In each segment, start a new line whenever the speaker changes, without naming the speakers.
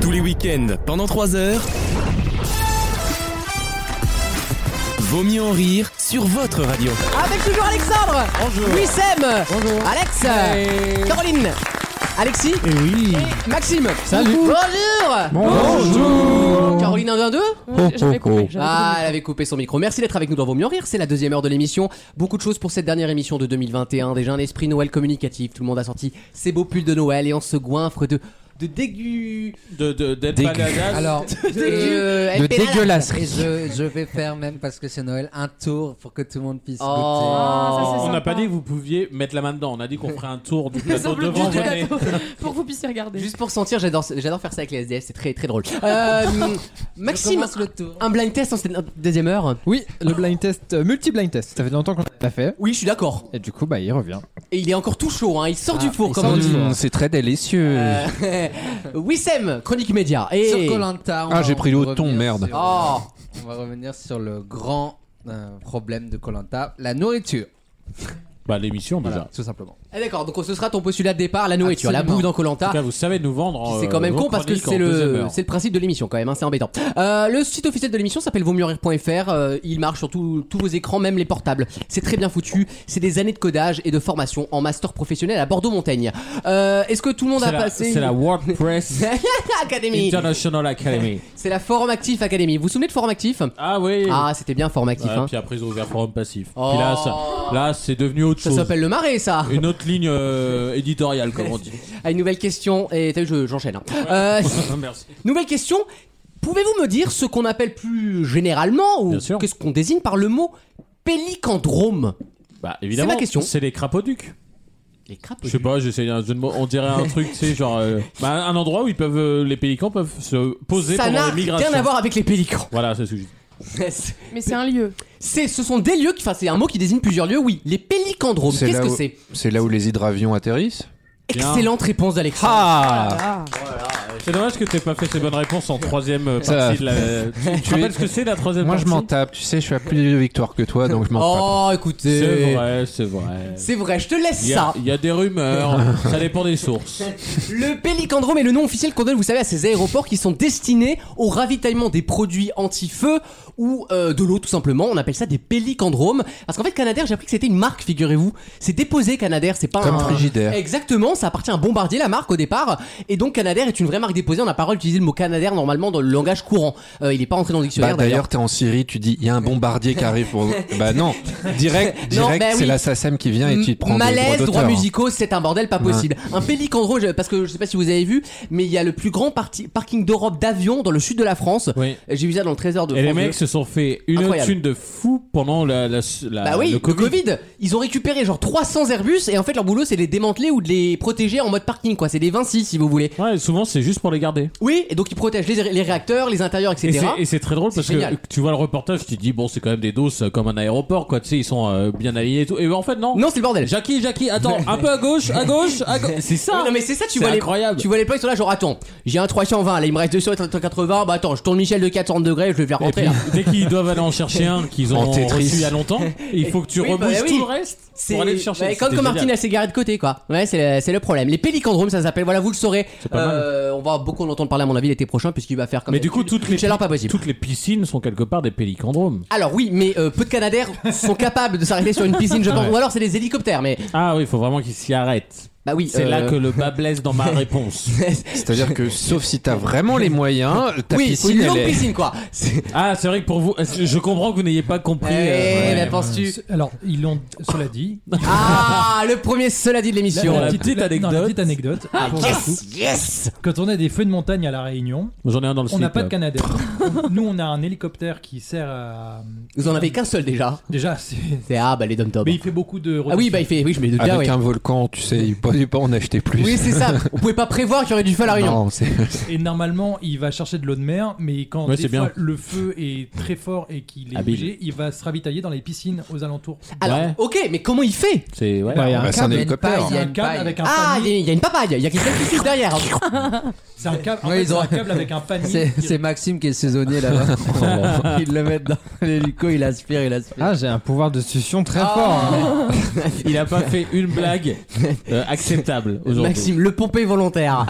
Tous les week-ends, pendant 3 heures. Vaut mieux en rire sur votre radio.
Avec toujours Alexandre
Bonjour.
Wissem
Bonjour.
Alex
Hey.
Caroline Alexis
Et oui.
et Maxime
Salut.
Bonjour
Bonjour.
Caroline 1 2
Ouais, J'avais coupé.
Oh.
j'avais
Ah, elle avait coupé son micro. Merci d'être avec nous dans Vos Mieux en Rire. C'est la deuxième heure de l'émission. Beaucoup de choses pour cette dernière émission de 2021. Déjà un esprit Noël communicatif. Tout le monde a sorti ses beaux pulls de Noël et on se goinfre de de dégu.
de de d'être
Dégueu.
Euh, bananas.
Alors,
euh,
de
elle fait la-
dégueulasserie. Je, je vais faire même parce que c'est Noël un tour pour que tout le monde puisse
Oh.
Ah, ça, c'est
on n'a
sympa.
pas dit que vous pouviez mettre la main dedans. On a dit qu'on ferait un tour du
Le
plateau
simple
devant
du
René.
plateau, pour que vous puissiez regarder.
Juste pour sentir, j'adore j'adore faire ça avec les SDF. C'est très très drôle. Euh,
goûter.
Maxime,
Commence le tour.
un blind test en cette deuxième heure.
Oui, le blind test, euh, multi-blind test. Ça fait longtemps qu'on l'a fait.
Oui, je suis d'accord.
Et du coup, bah, il revient.
Et il est encore tout chaud, hein. il sort
Ah,
du four,
il
comme on
sort
dit.
du four.
Mm, C'est très délicieux.
Euh, Wissem, chronique média. Et...
Sur Colanta.
Ah, j'ai pris le haut de ton, merde.
Oh,
On va revenir sur le grand euh, problème de Colanta, la nourriture.
Bah l'émission déjà.
Voilà, tout simplement.
Ah, d'accord, donc ce sera ton postulat de départ, la nourriture, la
Absolument.
boue dans
En tout
Colanta.
cas, vous savez nous vendre.
C'est
euh,
quand même
vos
con parce que
chroniques en
c'est
deuxième
le,
heure.
c'est le principe de l'émission quand même, hein, c'est embêtant. Euh, le site officiel de l'émission s'appelle vautmieuxrire.fr, euh, il marche sur tout- tous vos écrans, même les portables. C'est très bien foutu, c'est des années de codage et de formation en master professionnel à Bordeaux-Montaigne. Euh, Est-ce que tout le monde
C'est
a
la,
passé...
c'est la WordPress
Academy
International Academy.
C'est la Forum Actif Academy. Vous vous souvenez de Forum Actif
Ah oui.
Ah, c'était bien Forum Actif.
Ouais,
hein.
Puis après ils ont ouvert Forum Passif.
Oh.
Puis là, ça- là c'est devenu autre
Ça
chose.
s'appelle le marais, ça.
Une autre ligne euh, éditoriale comme on dit.
Ah, une nouvelle question. Et t'as vu, je- j'enchaîne. hein. Euh,
Merci.
nouvelle question. Pouvez-vous me dire ce qu'on appelle plus généralement ou
Bien sûr.
qu'est-ce qu'on désigne par le mot pélicandrome
Bah évidemment.
C'est la question.
C'est les crapauducs.
Les crapauds.
Je sais pas, j'essaie un jeu de mots. On dirait un truc, tu sais, genre euh, bah, un endroit où ils peuvent, euh, les pélicans peuvent se poser
Ça
pendant
n'a
les migrations.
rien à voir avec les pélicans.
Voilà, c'est ce que je dis.
Mais c'est un lieu.
C'est, ce sont des lieux qui, enfin, c'est un mot qui désigne plusieurs lieux. Oui, les pélicandromes.
C'est
Qu'est-ce
là
que
où-
c'est
C'est là où les hydravions atterrissent
Bien.
Excellente réponse d'Alexandre.
Ah,
C'est dommage que t'aies pas fait ces bonnes réponses en troisième euh,
Ça
partie
va.
de la. Tu te
es-
rappelles ce que c'est la troisième
Moi, je
partie
m'en tape. Tu sais, je suis à plus de victoires que toi, donc je m'en tape.
Oh, écoutez.
C'est vrai, c'est vrai.
C'est vrai, je te laisse
Il y, a,
ça.
il y a des rumeurs, ça dépend des sources.
Le Pélicandrome est le nom officiel qu'on donne, vous savez, à ces aéroports qui sont destinés au ravitaillement des produits anti-feu ou euh, de l'eau, tout simplement. On appelle ça des Pélicandromes. Parce qu'en fait, Canadair, j'ai appris que c'était une marque, figurez-vous. C'est déposé Canadair, c'est pas
Comme
un...
Frigidaire.
Exactement, ça appartient à Bombardier, la marque, au départ. Et donc, Canadair est une vraie marque déposée. On a pas le droit d'utiliser le mot Canadair normalement dans le langage courant. Euh, il n'est pas entré dans le
Bah,
dictionnaire,
D'ailleurs, t'es en Syrie, tu dis, il y a un bombardier qui arrive pour. bah non, direct,
Non,
direct,
bah oui.
c'est la SACEM qui vient et tu te prends des
Malaise,
droits
droits
d'auteur. hein.
musicaux, c'est un bordel pas possible. Un pélicandro, je- parce que je sais pas si vous avez vu, mais il y a le plus grand parti- parking d'Europe d'avions dans le sud de la France.
Oui.
J'ai vu ça dans le trésor de
Et les
France.
mecs se sont fait une
Incroyable.
thune de fou pendant la, la, la-
bah oui,
Ah, le Covid.
ils ont récupéré genre 300 Airbus et en fait leur boulot c'est de les démanteler ou de les protéger en mode parking quoi, c'est des 26 si vous voulez.
Ouais, souvent c'est juste pour les garder.
Oui, et donc ils protègent les, les réacteurs, les intérieurs,
Et
etc.
c'est- Et c'est très drôle parce
C'est génial.
que tu vois le reportage, tu te dis bon c'est quand même des doses euh, comme un aéroport quoi, tu sais ils sont euh, bien alignés et tout. Et ben, en fait non.
Non, c'est le bordel.
Jackie, Jackie, attends, un peu à gauche, à gauche, à gauche. C'est ça.
Oui, non mais c'est ça, tu
C'est
vois
incroyable.
les tu vois les plaques sont là genre attends, j'ai un 320 là, il me reste 200 380, bah attends, je tourne Michel de 400 degrés, je vais faire
Et
rentrer.
puis,
là.
dès qu'ils doivent aller en chercher un qu'ils ont
En Tetris.
reçu il y a longtemps, il faut que tu
Oui, bah
rebousses
oui.
tout le reste
C'est
pour aller le chercher.
ouais, comme
C'était
quand
génial.
Martine a ses garés de côté quoi. Ouais, c'est le, c'est le problème. Les pélicandromes ça s'appelle, voilà, vous le saurez.
pas mal.
Euh, on va beaucoup en entendre parler à mon avis l'été prochain puisqu'il va faire comme
Mais du coup, toutes les,
chaleur pas possible.
toutes les piscines sont quelque part des pélicandromes.
Alors oui, mais euh, peu de Canadaires sont capables de s'arrêter sur une piscine, je pense. Ou alors c'est des hélicoptères, mais
Ah oui, il faut vraiment qu'ils s'y arrêtent.
bah oui.
C'est
euh,
là que le bas blesse dans ma réponse.
C'est-à-dire que, sauf si t'as vraiment les moyens, ta
oui,
piscine,
une
elle
longue
est-
piscine quoi. C'est-
Ah, c'est vrai que pour vous, je je comprends que vous n'ayez pas
Eh,
compris. euh,
mais
ouais.
penses-tu
ben, Alors, ils l'ont, cela dit, la,
Ah, le premier cela dit de l'émission.
la petite
non, la
anecdote.
petite anecdote, Ah, pour le coup,
Yes, yes.
quand on a des feux de montagne à La Réunion,
J'en ai un dans le
on n'a
slip,
pas de
là.
Canadair. On- Nous, on a un hélicoptère qui sert à.
Vous en avez qu'un seul déjà.
Déjà, c'est-
C'est ah bah les dom toms.
mais il fait beaucoup de.
Ah oui, bah il fait, oui, je me doute bien. Oui,
Avec un volcan, tu sais, il peut pas en acheter plus.
oui c'est ça. On pouvait pas prévoir qu'il y aurait du feu à la réunion.
non, c'est
Et normalement, il va chercher de l'eau de mer, mais quand
Ouais,
des
c'est
fois,
bien.
le feu est très fort et qu'il est
Habile.
obligé, il va se ravitailler dans les piscines aux alentours.
Alors,
Ouais.
ok, mais comment il fait
C'est ouais.
Bah, il y a un
bah, c'est un
câble,
hélicoptère.
Il y a
un
une
câble
paille.
avec un
Ah, il y,
panier.
a- il y a une papaye, il y a quelqu'un qui pousse derrière.
C'est un câble, en
Ouais,
fait,
ils
c'est
ont-
un câble avec un panier.
C'est
qui-
c'est Maxime qui est saisonnier là-bas. Ils le mettent dans l'hélico, il aspire, il aspire.
Ah, j'ai un pouvoir de succion très fort.
Il a pas fait une blague euh, acceptable aujourd'hui.
Maxime, le pompé volontaire.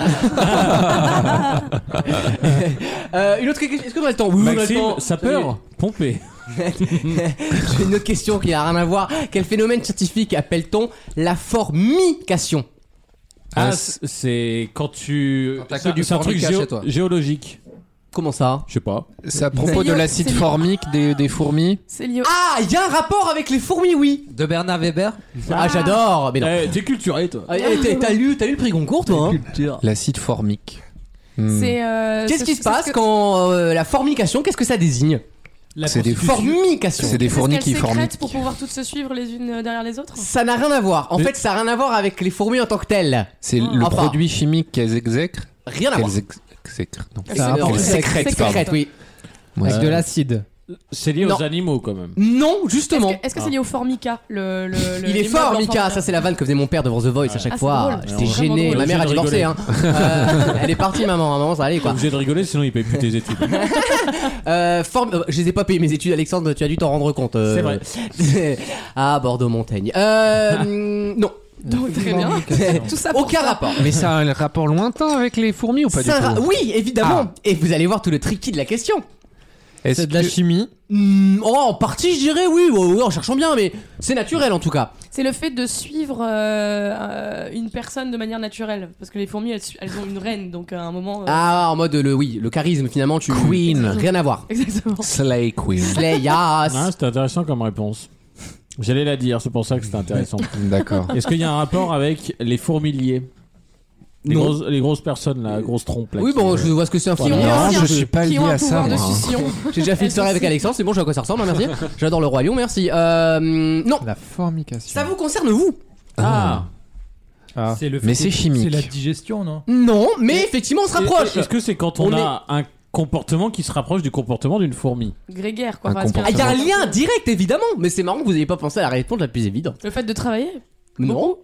Euh, une autre question. Est-ce qu'on a le temps Oui, on a le temps.
Maxime, ça hein. peur Pompé.
J'ai une autre question qui n'a rien à voir. Quel phénomène scientifique appelle-t-on la formication
Ah, c'est- c'est quand tu.
Quand t'as que
c'est-
du
c'est un truc
formica
géo-
chez toi.
géologique.
Comment ça
Je sais pas.
C'est à propos de
lié-
l'acide
c'est lié-
formique des, des fourmis.
C'est lié au-
Ah, il y a un rapport avec les fourmis, oui.
De Bernard Weber
Ah, j'adore. Mais non.
Eh, T'es culturé, toi.
Ah, eh, t'as- T'as lu, t'as lu le prix Goncourt, toi. hein
L'acide formique. Hmm.
C'est. euh,
Qu'est-ce
c'est-
qui
c'est
se
ce
passe
que-
quand euh, la formication Qu'est-ce que ça désigne
La
C'est des
prostitution.
Formication.
C'est des
c'est ce
fourmis
qu'elles
qui
sécrètent
formiquent.
pour pouvoir toutes se suivre les unes euh, derrière les autres
Ça n'a rien à voir. En
Mais-
fait, ça n'a rien à voir avec les fourmis en tant que telles.
C'est le
Enfin.
produit chimique qu'elles exècrent.
Rien à voir.
Qu'elles ex- exècrent. non.
C'est
Non,
qu'elles
sécrètes,
sécrètent.
sécrètes, oui.
Ouais.
Avec de l'acide.
C'est lié
Non.
aux animaux quand même.
Euh, Non, justement.
Est-ce que- euh, Est-ce que c'est lié au formica le, le, le-
Il est
l'immeuble en
fort, Mika.
formica
Ça, c'est la vanne que faisait mon père devant The Voice à chaque
Ah, c'est
fois.
drôle.
J'étais
Ouais, on-
gêné.
on est
Ma mère a
obligé de
divorcé. Hein. Euh, elle est partie, maman. À un moment, ça allait
T'es
quoi.
obligé de rigoler, sinon il paye plus tes études.
Euh, form- euh, Je les ai pas payé mes études, Alexandre. Tu as dû t'en rendre compte. euh, à Bordeaux-Montaigne. Euh, non.
Donc, Très bien. Tout ça pour
Aucun
ça.
rapport.
Mais ça a un rapport lointain avec les fourmis ou pas du
Ça ra-
tout
oui, évidemment. Et vous allez voir tout le tricky de la question.
Est-ce
C'est de la
que-
chimie.
Hmm, oh, en partie, je dirais oui, ouais, ouais, en cherchant bien, mais c'est naturel en tout cas.
C'est le fait de suivre euh, euh, une personne de manière naturelle. Parce que les fourmis, elles, su- elles ont une reine, donc à un moment. euh,
Ah, en mode le oui, le charisme finalement, tu.
Queen.
Rien à voir.
Exactement.
Slay Queen.
Ah,
Slayas.
c'était intéressant comme réponse. J'allais la dire, c'est pour ça que c'était intéressant.
D'accord.
Est-ce qu'il y a un rapport avec les fourmiliers les
Non.
grosses, les grosses personnes, là, grosses trompes. là,
Oui,
qui,
bon,
euh,
je vois ce que c'est un
Qui
film.
ont un
Non, je
pouvoir-
suis pas
qui
lié
ont un
à ça.
pouvoir de
moi, hein.
succion.
Ah. J'ai déjà fait une
Est-ce
soirée
que
avec
c'est-
Alexandre, c'est bon, je vois à quoi ça ressemble, hein, merci. J'adore le Roi Lion, merci. Euh, non,
La formication.
ça vous concerne vous
Ah
Ah.
C'est le
Mais
fait
c'est
que-
chimique.
C'est la digestion, non
Non, mais effectivement, on se rapproche.
Est- Est-ce que c'est quand on,
On
a un comportement qui se rapproche du comportement d'une fourmi
Grégaire, quoi.
Un
Enfin,
Ah, Il y a un
c'est-
lien direct, évidemment, mais c'est marrant que vous n'ayez pas pensé à la réponse la plus évidente.
Le fait de travailler
Non,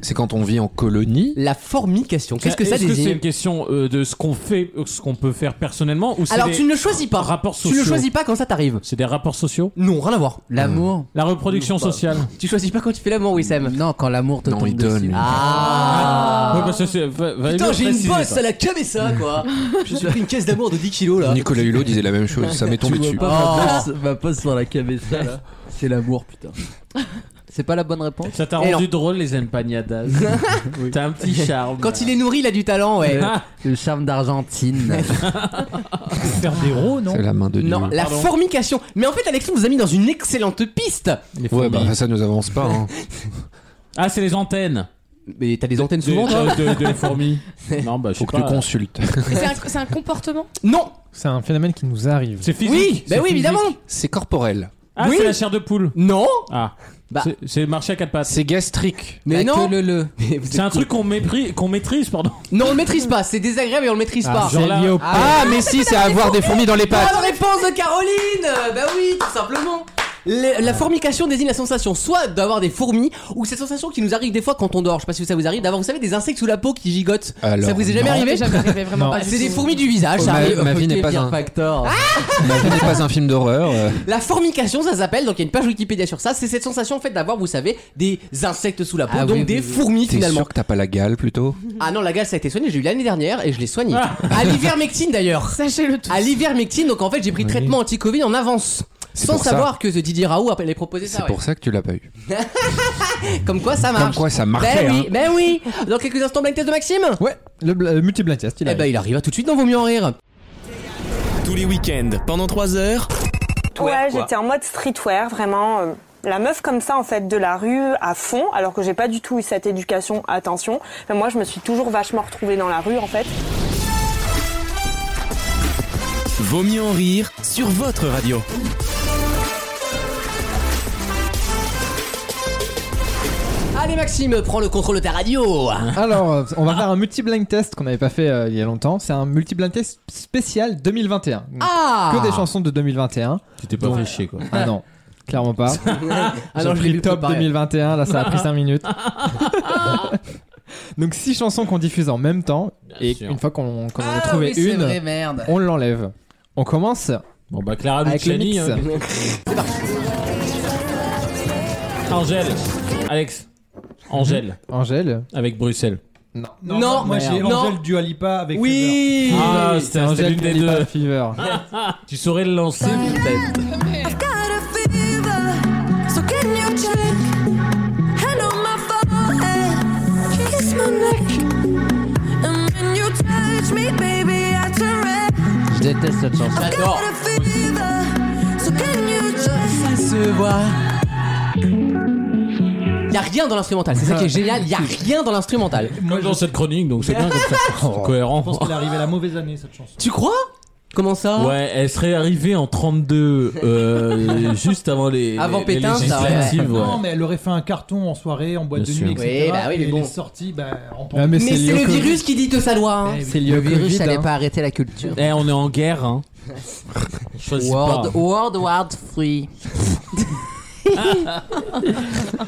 C'est quand on vit en colonie.
la formication. Qu'est-ce que ça
Est-ce que c'est
désigne
une question euh, de ce qu'on fait, euh, ce qu'on peut faire personnellement ou c'est
Alors,
des
tu ne le choisis pas.
rapports
Tu
sociaux
ne le choisis pas quand ça t'arrive.
C'est des rapports sociaux
Non, rien à voir.
L'amour
La reproduction sociale
Tu choisis pas quand tu fais l'amour, Wissem.
Non, quand l'amour te
Non,
tombe
il donne,
dessus.
lui.
Ah,
Ouais, parce que c'est- va- va-
Putain,
va-
j'ai une
préciser
bosse
ça.
à la ça quoi. Je me suis pris une caisse d'amour de 10 kilos là.
Nicolas Hulot disait la même chose, ça m'est tombé
Oh.
dessus.
Pas ma poste dans la cabessa là. C'est l'amour, putain. C'est pas la bonne réponse
Ça t'a
Et
rendu drôle les empanadas. Oui. T'as un petit charme.
Quand il est nourri, il a du talent, ouais.
Ah,
Le charme d'Argentine.
Faire des rots, non
C'est la main de Dieu.
Non, la
Pardon.
formication. Mais en fait, Alexandre vous a mis dans une excellente piste.
les
Ouais,
fourmis.
bah ça nous avance pas. hein.
Ah, c'est les antennes.
Mais t'as des antennes
Des-
souvent, toi
de, de- des fourmis. non, bah je
Faut
sais
que tu
hein. pas.
consultes.
Mais C'est un, c'est un comportement
Ah,
Non.
C'est un phénomène qui nous arrive.
C'est physique.
oui,
c'est
bah oui,
physique.
évidemment.
C'est corporel.
Ah,
Oui.
c'est la chair de poule.
Non.
Ah,
Bah.
C'est- c'est marcher à quatre pattes.
C'est gastrique.
Mais non.
Bah, Que le le.
Mais vous
C'est
êtes
un
cool.
truc qu'on méprise, qu'on maîtrise, pardon.
Non, on le maîtrise pas. C'est désagréable et on le maîtrise
Ah,
pas.
genre
c'est
là-
lié au
Ah, mais si, c'est avoir des fourmis dans les pattes.
Bonne réponse de Caroline. Bah oui, tout simplement. Le- la formication désigne la sensation soit d'avoir des fourmis ou cette sensation qui nous arrive des fois quand on dort. Je sais pas si ça vous arrive d'avoir, vous savez, des insectes sous la peau qui gigotent.
Alors,
ça vous est jamais
non.
arrivé
Jamais arrivé, vraiment
Non.
pas
Ah,
du
C'est
tout.
des fourmis du visage, ça
Ma-
arrive.
ma vie n'est pas un-
Factor.
Ah
Ma vie n'est pas un film d'horreur. euh.
La formication, ça s'appelle, donc il y a une page Wikipédia sur ça. C'est cette sensation en fait d'avoir, vous savez, des insectes sous la peau,
Ah
donc
oui,
des
oui, oui.
fourmis
T'es
finalement.
sûr que t'as pas la gale plutôt
Ah non, la gale, ça a été soigné, j'ai eu l'année dernière et je l'ai soigné. à l'ivermectine d'ailleurs.
Sachez-le tout.
À l'ivermectine, donc en fait, j'ai pris le traitement anti-Covid en avance.
C'est
Sans
pour ça.
savoir que The Didier Raoult allait proposer
C'est
ça. ouais.
pour ça que tu l'as pas eu.
Comme quoi ça
Comme
marche.
quoi ça
ben
marchait.
oui,
hein.
ben oui. Dans quelques instants, blind test de Maxime
Ouais, le bl- euh, multi-blind test, il
Eh
arrive.
ben, il arrive à tout de suite dans Vaut mieux en rire.
Tous les week-ends, pendant 3 heures.
Ouais, j'étais en mode streetwear, vraiment. euh, La meuf comme ça, en fait, de la rue à fond, alors que j'ai pas du tout eu cette éducation, attention. Mais moi, je me suis toujours vachement retrouvée dans la rue, en fait.
Vaut mieux en rire sur votre radio.
Allez, Maxime, prends le contrôle de ta radio.
Alors, euh, on va faire un multi-blind test qu'on n'avait pas fait euh, il y a longtemps. C'est un multi-blind test spécial 2021. Donc,
Ah
Que des chansons de 2021.
Tu t'es pas fait chier, quoi.
Ah non, clairement pas.
Ah
J'ai
non, je l'ai
pris
vu
top
préparer.
2021, là ça a pris 5 minutes. Donc 6 chansons qu'on diffuse en même temps et
sûr.
une fois qu'on qu'on en
Ah
a trouvé
oui, c'est
une,
vrai, merde.
on l'enlève. On commence
Bon, bah Clara
avec le
Luciani,
mix.
hein. Angèle, Alex, Angèle,
Angèle
avec Bruxelles.
Non.
Non,
Non,
moi j'ai
merde.
Angel
Non.
Dualipa avec.
Oui
Ah, c'était un
Angèle
l'une des deux.
Fever.
Ah
Tu saurais le lancer peut-être.
Ah, Je déteste cette chanson.
J'adore Ça se voit Y'a rien dans l'instrumental, c'est ça qui est génial, y'a rien dans l'instrumental.
Moi dans cette chronique, donc c'est bien comme ça. C'est cohérent.
Je pense qu'elle est arrivée à la mauvaise année cette chanson.
Tu crois Comment ça
Ouais, elle serait arrivée en 32, euh, juste avant les,
Avant
les- les
Pétain, ça, ouais.
législatives. ouais.
Non, mais elle aurait fait un carton en soirée, en boîte
Bien
de
sûr.
nuit, etc.
Oui, bah oui, mais
et
bon.
elle est sortie bah,
Ah,
en pandémie.
Mais c'est
lié au
le
Covid.
virus qui dit que ça loi hein.
C'est le
au
virus,
Covid,
ça n'allait
hein.
pas arrêter la culture.
Eh, on est en guerre, hein. Choisis pas.
World, World War Free.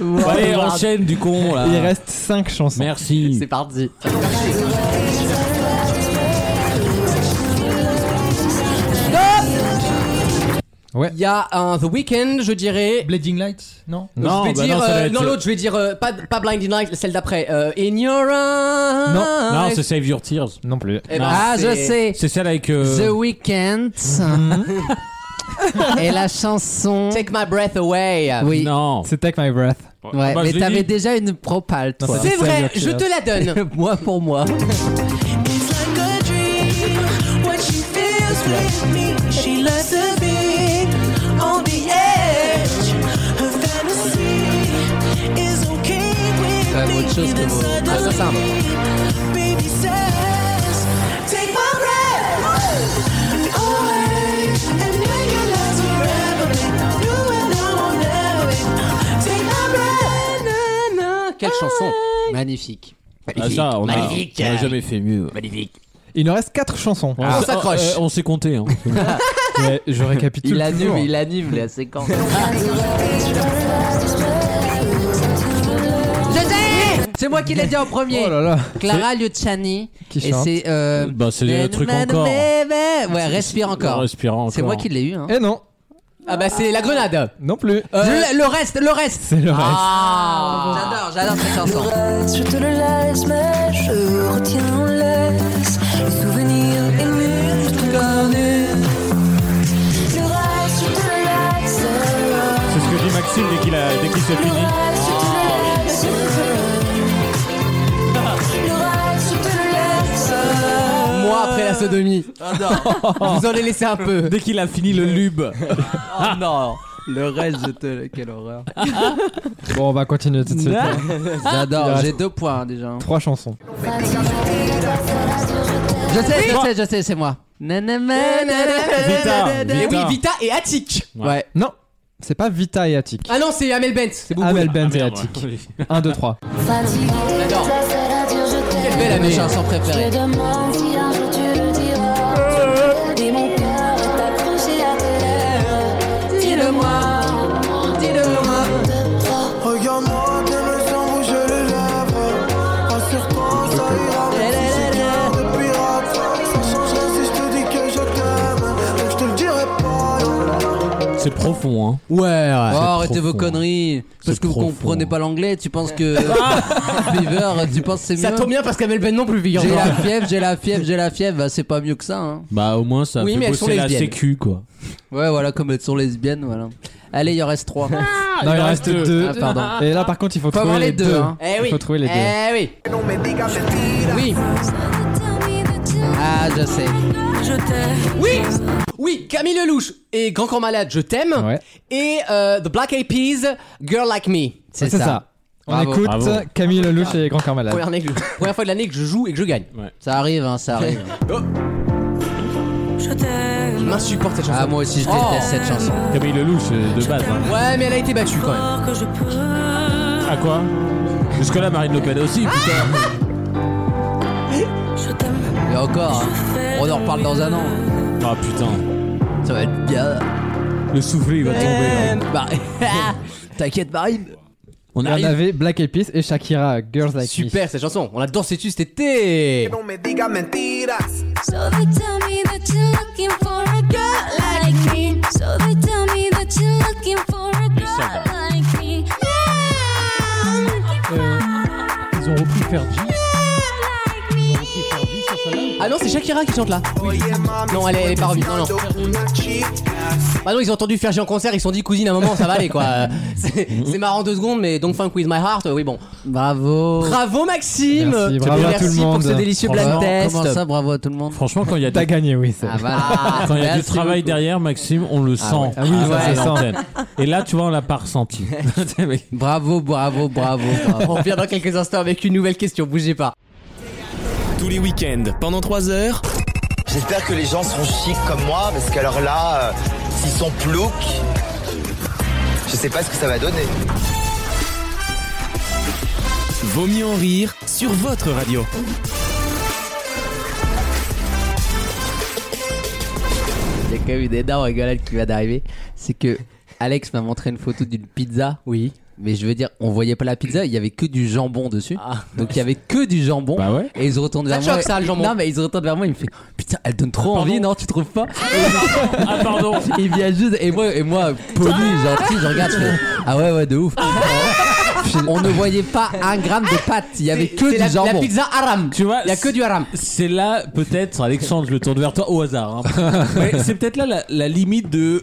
Bon, allez, enchaîne du con là.
Il reste 5 chansons.
Merci.
C'est parti
Ouais.
Il y a un The Weeknd, je dirais.
Blading Lights, non
Non,
je vais
bah
dire,
non, ça
euh,
va être-
non, l'autre, je vais dire euh, pas, pas Blinding Light, celle d'après. Euh, In Your Eyes.
Non,
Non, c'est Save Your Tears.
Non plus.
Eh ben,
Ah, je
c'est-
sais.
C'est celle avec. euh, Mm.
The Weeknd. Et la chanson.
Take My Breath Away.
Oui.
Non.
C'est Take My Breath.
Ouais,
Bah,
mais
je l'ai
t'avais
dit.
déjà une propale, toi.
C'est vrai, je te la donne.
moi pour moi.
Quand même autre chose que vos- Ah, ça, ça, moi. Quelle chanson
Magnifique.
Ah, ça, on a,
Magnifique.
on a jamais fait mieux.
Il nous reste 4
Ah,
chansons.
On s-
s'accroche.
euh, on s'est compté. Hein.
Ouais, je récapitule.
Il
toujours.
anime, il anime la séquence. C'est moi qui l'ai dit en premier.
Oh là là.
Clara Luciani.
Qui
et
chante
c'est. Euh...
Bah, c'est le truc encore.
Ouais, respire encore.
Respire encore.
C'est moi qui l'ai eu. Hein.
Eh non,
Ah bah c'est la grenade.
non plus.
Euh, le, le reste, le reste.
C'est le reste.
Ah, j'adore, j'adore cette chanson.
Je te le laisse, mais je retiens en laisse les souvenirs émus de connus. Le reste, je te le laisse.
C'est ce que dit Maxime dès qu'il a, dès qu'il s'est
Le reste, je te le laisse. Le reste, je te le laisse.
Moi après la sodomie. Je vous en ai laissé un peu. Ah,
Dès qu'il a fini le lube.
Oh non. Le reste, je te. Quelle horreur.
Bon, on va continuer tout de suite.
Ah,
J'adore, j'ai deux points hein, déjà.
Trois chansons.
Je sais, je sais, je sais, c'est moi. Nanana, nanana,
Vita,
Et oui,
Vita.
Vita et Attic.
Ouais.
Non, c'est pas Vita et Attic.
Ah non, c'est Amel Bent. C'est beaucoup.
Amel Bent et Attic. 1, 2, 3.
Fatigué,
J'adore.
la seule à dire je t'aime.
Quelle belle année.
Mes chansons préférées.
Je demande si un jour tu le
Euh,
diras. Et mon cœur est accroché à tes lèvres. Dis-le-moi, dis-le-moi.
Regarde-moi, tes me sens rouge les lèvres. Rassure-toi, ça ira, même si c'est cœur de pirate. Ça changerait si je te dis que je t'aime. Donc je te le dirai pas.
C'est profond, hein.
Ouais, ouais.
Oh, arrêtez
profond.
vos conneries. Parce
C'est
que vous
profond.
comprenez pas l'anglais, tu penses que. Fever, tu penses que c'est
Ça
mieux.
tombe bien parce qu'Amel Bent non plus, figure
J'ai la fièvre, j'ai la fièvre, j'ai la fièvre. Bah, c'est pas mieux que ça. Hein.
Bah, au moins, ça a
Oui,
fait
mais elles sont
bosser la
lesbiennes.
sécu, quoi.
Ouais, voilà, comme elles sont lesbiennes, voilà. Allez, il en reste trois.
non, il en reste deux.
Ah, pardon.
Et là, par contre, il faut
Faut
trouver
avoir
les
les deux,
deux.
hein.
Eh oui.
Il faut trouver les deux.
Eh oui.
Oui. Ah, je sais.
Oui. Oui, Camille Lelouch et Grand Corps Malade, je t'aime.
Ouais.
Et euh, The Black Eyed Peas, Girl Like Me. Euh,
C'est
C'est
ça.
ça. On
Bravo.
écoute
Bravo.
Camille Lelouch et Grand Corps Malade.
Première, année que je- première fois de l'année que je joue et que je gagne.
Ça arrive, hein, ça arrive.
Je t'aime.
Je m'insupporte cette chanson.
Ah, moi aussi, je
Oh.
déteste cette chanson.
Camille Lelouch, euh, de base. hein.
Ouais, mais elle a été battue quand même.
que je peux.
À quoi Jusque-là, Marine Le Pen aussi, putain.
Je t'aime.
Et encore, hein. on en reparle dans un an.
Ah, putain.
Ça va être bien.
Le soufflet, il va tomber. hein.
Bah, T'inquiète, Marie.
On
Et on
arrive.
avait Black Eyed Peas et Shakira, Girls Like Me.
Super cette chanson. On a dansé dessus cet été.
Non me digas mentiras.
So they tell me that you're looking for a girl like me. So they tell me that you're looking for a girl like me. Yeah, I'm looking for
Ah non, c'est Shakira qui chante là. Non, elle est, elle est pas revenue. Non, non. Bah non, ils ont entendu faire J'ai en concert, ils se sont dit cousine à un moment, ça va aller quoi. Euh, C'est c'est marrant deux secondes, mais donc Funk with My Heart, euh, oui bon. Bravo. Bravo Maxime.
Merci,
Et
bravo à tout le monde.
pour ce délicieux blind
Franchement,
test. Ah,
comment ça,
bravo à tout le monde.
Franchement, quand il y a
T'as
du,
gagné, oui. c'est-
quand il
Ah,
y a du travail derrière, Maxime, on le sent.
ouais. Ah oui,
Ah,
ça
ça,
se
c'est
sent.
l'antenne. Et là, tu vois, on l'a pas ressenti.
bravo, bravo, bravo, bravo. On revient dans quelques instants avec une nouvelle question, bougez pas.
Tous les week-ends, pendant 3 heures.
J'espère que les gens seront chics comme moi, parce qu'alors là, euh, s'ils sont ploucs, je sais pas ce que ça va donner.
Vaut mieux en rire sur votre radio.
Il y a quand même une énorme rigolade qui va d'arriver. C'est que Alex m'a montré une photo d'une pizza.
Oui.
Mais je veux dire, on voyait pas la pizza, il y avait que du jambon dessus.
Ah.
Donc il y avait que du jambon.
Bah ouais.
Et ils se retournent
Ça
vers
te
moi.
choque, ça, le jambon
Non, mais ils se retournent vers moi, il me fait Putain, elle donne trop envie, non, tu trouves pas
Ah, pardon.
Il vient juste. Et moi, et moi poli, gentil, je regarde, je fais Ah ouais, ouais, de ouf. on ne voyait pas un gramme de pâte, il y avait que
C'est
du
la,
jambon.
la pizza haram.
Tu vois,
Il y a que du haram.
C'est là, peut-être, Alexandre, je le tourne vers toi au hasard. hein. Mais c'est peut-être là la, la limite de